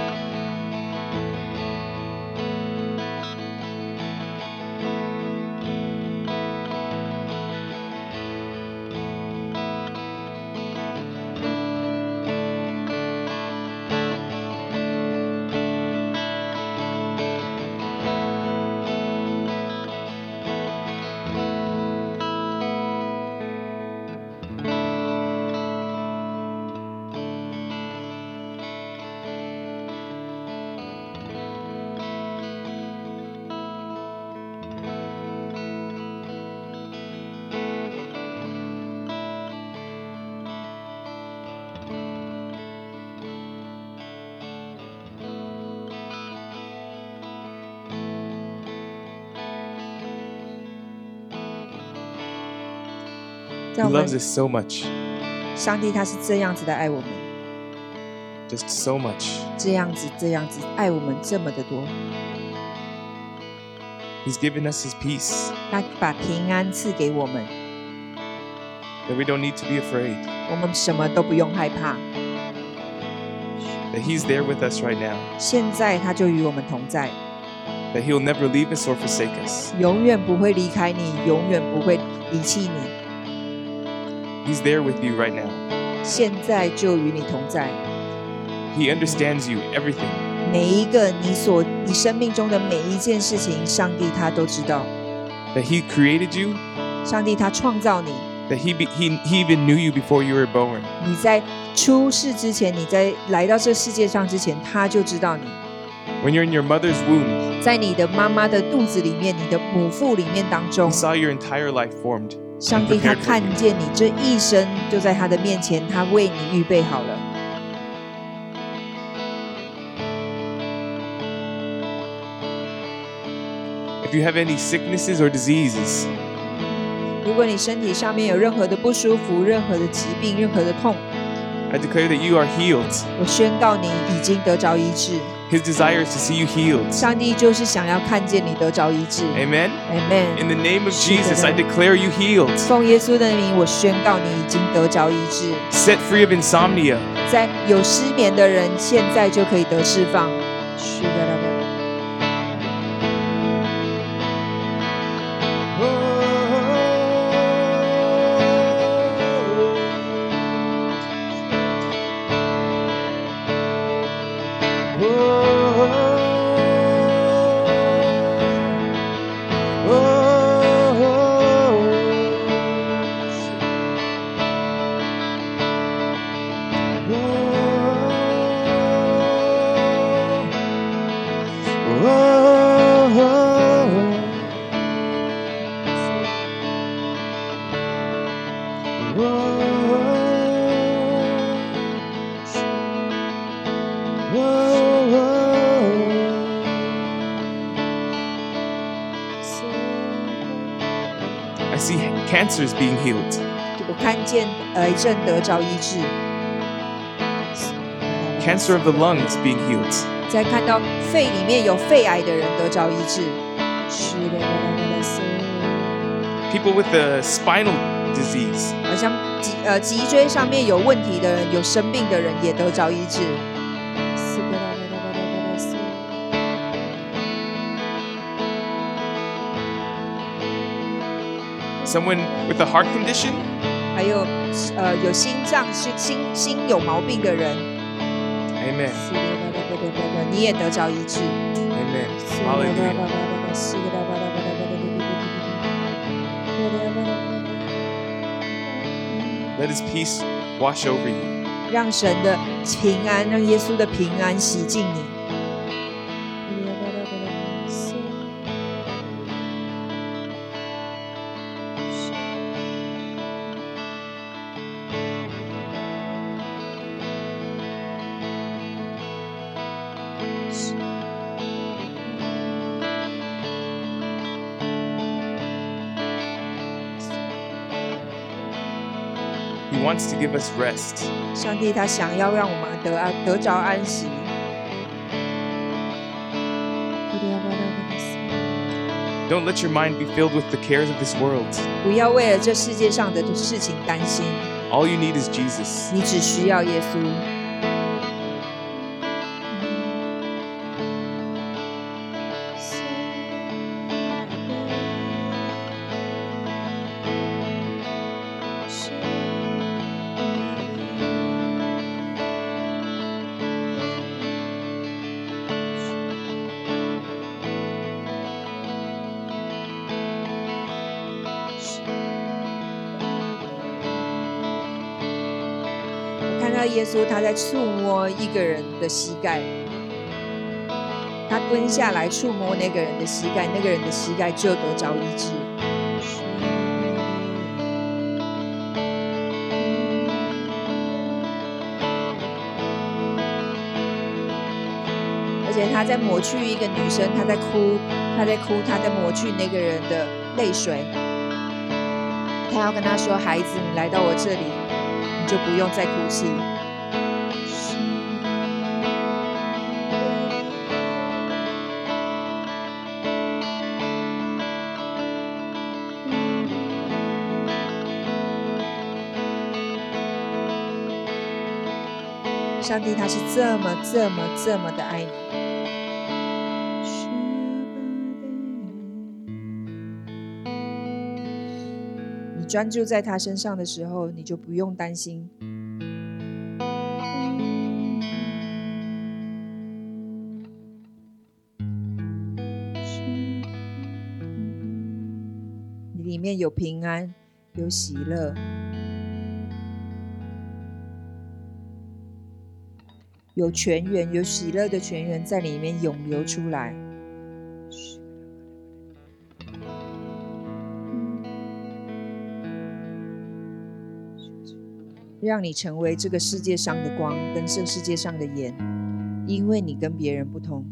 B: 在
A: He
B: 我们
A: loves us so much,
B: 上帝他是这样子的爱我们，
A: just so much.
B: 这样子这样子爱我们这么的多，
A: He's given us His peace
B: 他把平安赐给我们，
A: that we don't need to be afraid,
B: 我们什么都不用害怕。
A: that He's there with us right now,
B: 现在他就与我们同在，
A: that He'll never leave us or forsake us.
B: 永远不会离开你，永远不会离弃你。
A: He's there with you right now.
B: 现在就与你同在，
A: He understands you, everything.
B: 每一个你所你生命中的每一件事情，上帝他都知道。
A: That He created you,
B: 上帝他创造你，
A: that He, be, he, he even knew you before you were born,
B: 你在出世之前，你在来到这世界上之前，他就知道你。
A: when you're in your mother's womb,
B: 在你的妈妈的肚子里面，你的母腹里面当中
A: He，saw your entire life formed.
B: 上帝他看见你这一生就在他的面前，他为你预备好了。
A: If you have any sicknesses or diseases,
B: 如果你身体上面有任何的不舒服、任何的疾病、任何的痛，
A: I declare that you are healed.
B: 我宣告你已经得着医治。
A: His desire is to see you healed.
B: 上帝就是想要看见你得着医治。
A: Amen. In
B: Amen。
A: the name of
B: Shoot
A: Jesus,
B: it
A: I
B: out.
A: declare you healed,
B: 奉耶稣的名，我宣告你已经得着医治。
A: set free of insomnia,
B: 在有失眠的人，现在就可以得释放。是的，老板。
A: I see cancers being healed,
B: 我看见癌症得着医治，
A: cancer of the lungs being healed,
B: 在看到肺里面有肺癌的人得着医治，
A: people with the spinal disease,
B: 好像脊呃脊椎上面有问题的人、有生病的人也得着医治。
A: someone with a heart condition.
B: 还有呃有心脏是心心有毛病的人，
A: Amen.
B: 你也得着医治。
A: Amen. Hallelujah. Let His peace wash over you.
B: 让神的平安，让耶稣的平安洗净你。
A: He wants to give us rest.
B: 上帝他想要让我们得安得着安息，
A: Don't let your mind be filled with the cares of this world.
B: 不要为了这世界上的事情担心，
A: All you need is Jesus.
B: 你只需要耶稣。我看到耶稣他在触摸一个人的膝盖，他蹲下来触摸那个人的膝盖，那个人的膝盖就得着医治。而且他在抹去一个女生，她在哭，她在哭，她在抹去那个人的泪水。他要跟他说：“孩子，你来到我这里，你就不用再哭泣。”上帝他是这么、这么、这么的爱你。你专注在他身上的时候，你就不用担心。你里面有平安，有喜乐。有泉源，有喜乐的泉源在里面涌流出来。让你成为这个世界上的光，跟这个世界上的盐，因为你跟别人不同。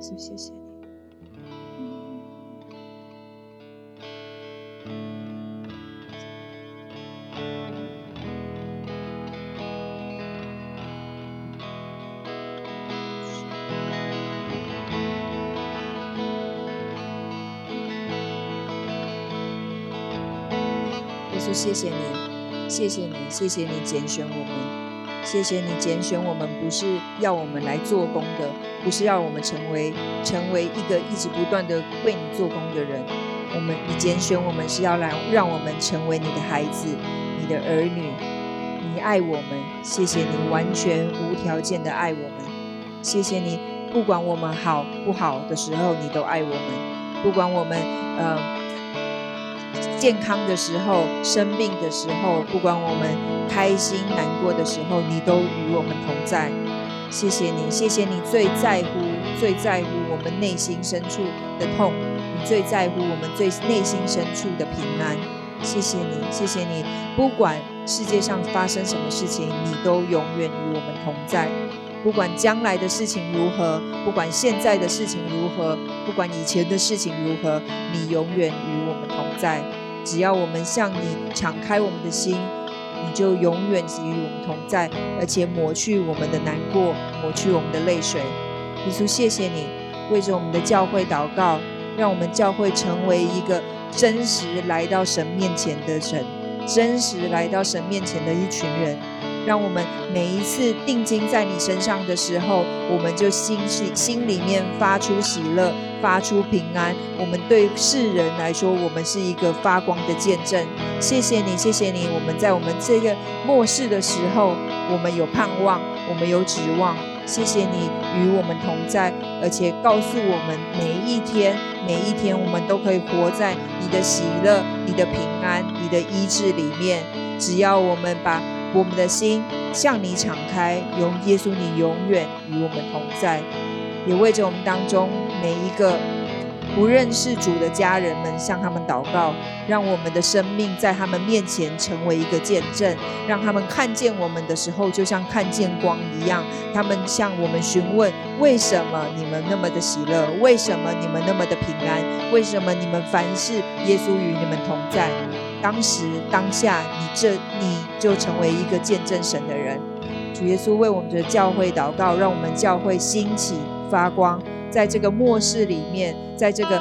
B: 谢谢，谢谢你。耶稣，谢谢你，谢谢你，谢谢你拣选我们，谢谢你拣选我们，不是要我们来做工的，不是要我们成为成为一个一直不断的为你做工的人。我们，你拣选我们是要来让我们成为你的孩子，你的儿女。你爱我们，谢谢你完全无条件的爱我们，谢谢你，不管我们好不好的时候，你都爱我们，不管我们呃健康的时候、生病的时候，不管我们开心、难过的时候，你都与我们同在。谢谢你，谢谢你最在乎、最在乎我们内心深处的痛，你最在乎我们最内心深处的平安。谢谢你，谢谢你，不管世界上发生什么事情，你都永远与我们同在。不管将来的事情如何，不管现在的事情如何，不管以前的事情如何，你永远与我们同在。只要我们向你敞开我们的心，你就永远与我们同在，而且抹去我们的难过，抹去我们的泪水。耶稣，谢谢你为着我们的教会祷告，让我们教会成为一个真实来到神面前的神，真实来到神面前的一群人。让我们每一次定睛在你身上的时候，我们就心是心里面发出喜乐，发出平安。我们对世人来说，我们是一个发光的见证。谢谢你，谢谢你。我们在我们这个末世的时候，我们有盼望，我们有指望。谢谢你与我们同在，而且告诉我们每一天，每一天我们都可以活在你的喜乐、你的平安、你的医治里面。只要我们把我们的心向你敞开，永耶稣，你永远与我们同在，也为着我们当中每一个不认识主的家人们向他们祷告，让我们的生命在他们面前成为一个见证，让他们看见我们的时候，就像看见光一样。他们向我们询问：为什么你们那么的喜乐？为什么你们那么的平安？为什么你们凡事耶稣与你们同在？当时当下，你这你就成为一个见证神的人。主耶稣为我们的教会祷告，让我们教会兴起发光，在这个末世里面，在这个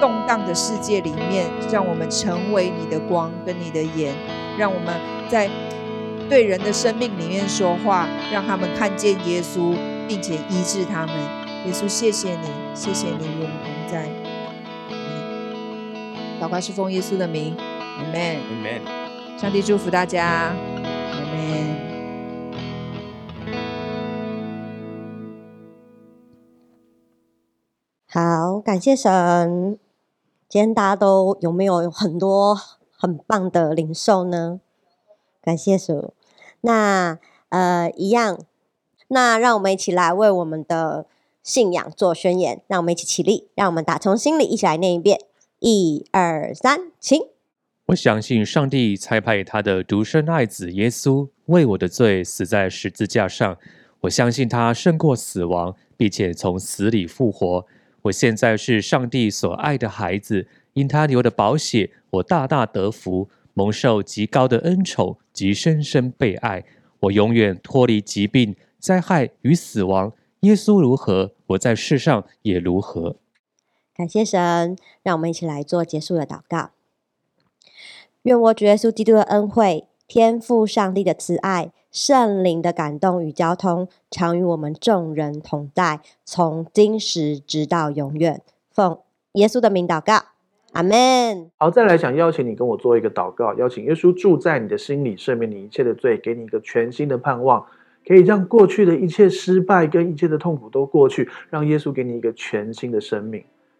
B: 动荡的世界里面，让我们成为你的光跟你的盐，让我们在对人的生命里面说话，让他们看见耶稣，并且医治他们。耶稣，谢谢你，谢谢你与我们同在。嗯祷告是奉耶稣的名，阿门。
A: Amen.
B: 上帝祝福大家，我们。
E: 好，感谢神。今天大家都有没有很多很棒的领受呢？感谢主。那呃，一样，那让我们一起来为我们的信仰做宣言。让我们一起起立，让我们打从心里一起来念一遍：一二三，请。
C: 我相信上帝差派他的独生爱子耶稣为我的罪死在十字架上，我相信他胜过死亡，并且从死里复活。我现在是上帝所爱的孩子，因他流的宝血，我大大得福，蒙受极高的恩宠及深深被爱。我永远脱离疾病、灾害与死亡。耶稣如何，我在世上也如何。
E: 感谢神，让我们一起来做结束的祷告。愿我主耶稣基督的恩惠、天父上帝的慈爱、圣灵的感动与交通，常与我们众人同在，从今时直到永远。奉耶稣的名祷告，阿门。
F: 好，再来想邀请你跟我做一个祷告，邀请耶稣住在你的心里，赦免你一切的罪，给你一个全新的盼望，可以让过去的一切失败跟一切的痛苦都过去，让耶稣给你一个全新的生命。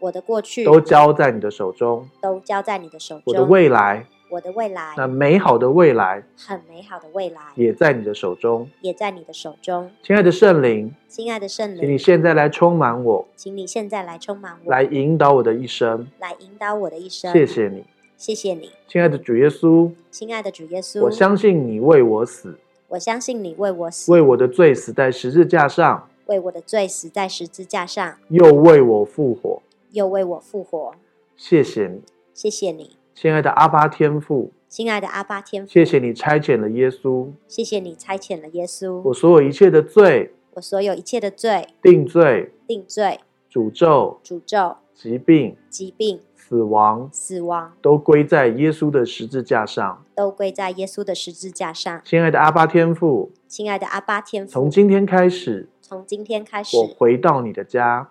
E: 我的过去
F: 都交在你的嗯手中，
E: 都交在你的手中。
F: 我的未来，
E: 我的未来
F: 那美好的未来
E: 很美好的未来
F: 也在你的手中。
E: 也在你的手中。
F: 亲爱的圣灵，
E: 亲爱的圣
F: 请你
E: 灵，
F: 现在来充满我，
E: 请你现在来充满我，
F: 来引导我的一生。
E: 来引导我的一生。
F: 谢，谢你，
E: 谢谢你，
F: 亲爱的主耶稣，
E: 亲爱的主耶稣。
F: 我相信你为我死，
E: 我相信你为我死，
F: 为我的罪死在十字架上，
E: 为我的罪死在十字架上，
F: 又为我复活。
E: 又为我复活。
F: 谢谢你，
E: 谢谢你，
F: 亲爱的阿巴天父，
E: 亲爱的阿巴天父。
F: 谢谢你差遣了耶稣，
E: 谢谢你差遣了耶稣
F: 我，所有一切的罪、
E: 我所有一切的罪、
F: 定罪、
E: 定罪、
F: 诅咒、
E: 诅咒、
F: 疾病、
E: 疾病、
F: 死亡，
E: 死亡，
F: 都归在耶稣的十字架上。
E: 都归在耶稣的十字架上。
F: 亲爱的阿巴天父，
E: 亲爱的阿巴天父，
F: 从今天开始，
E: 从今天开始，
F: 我回到你的家，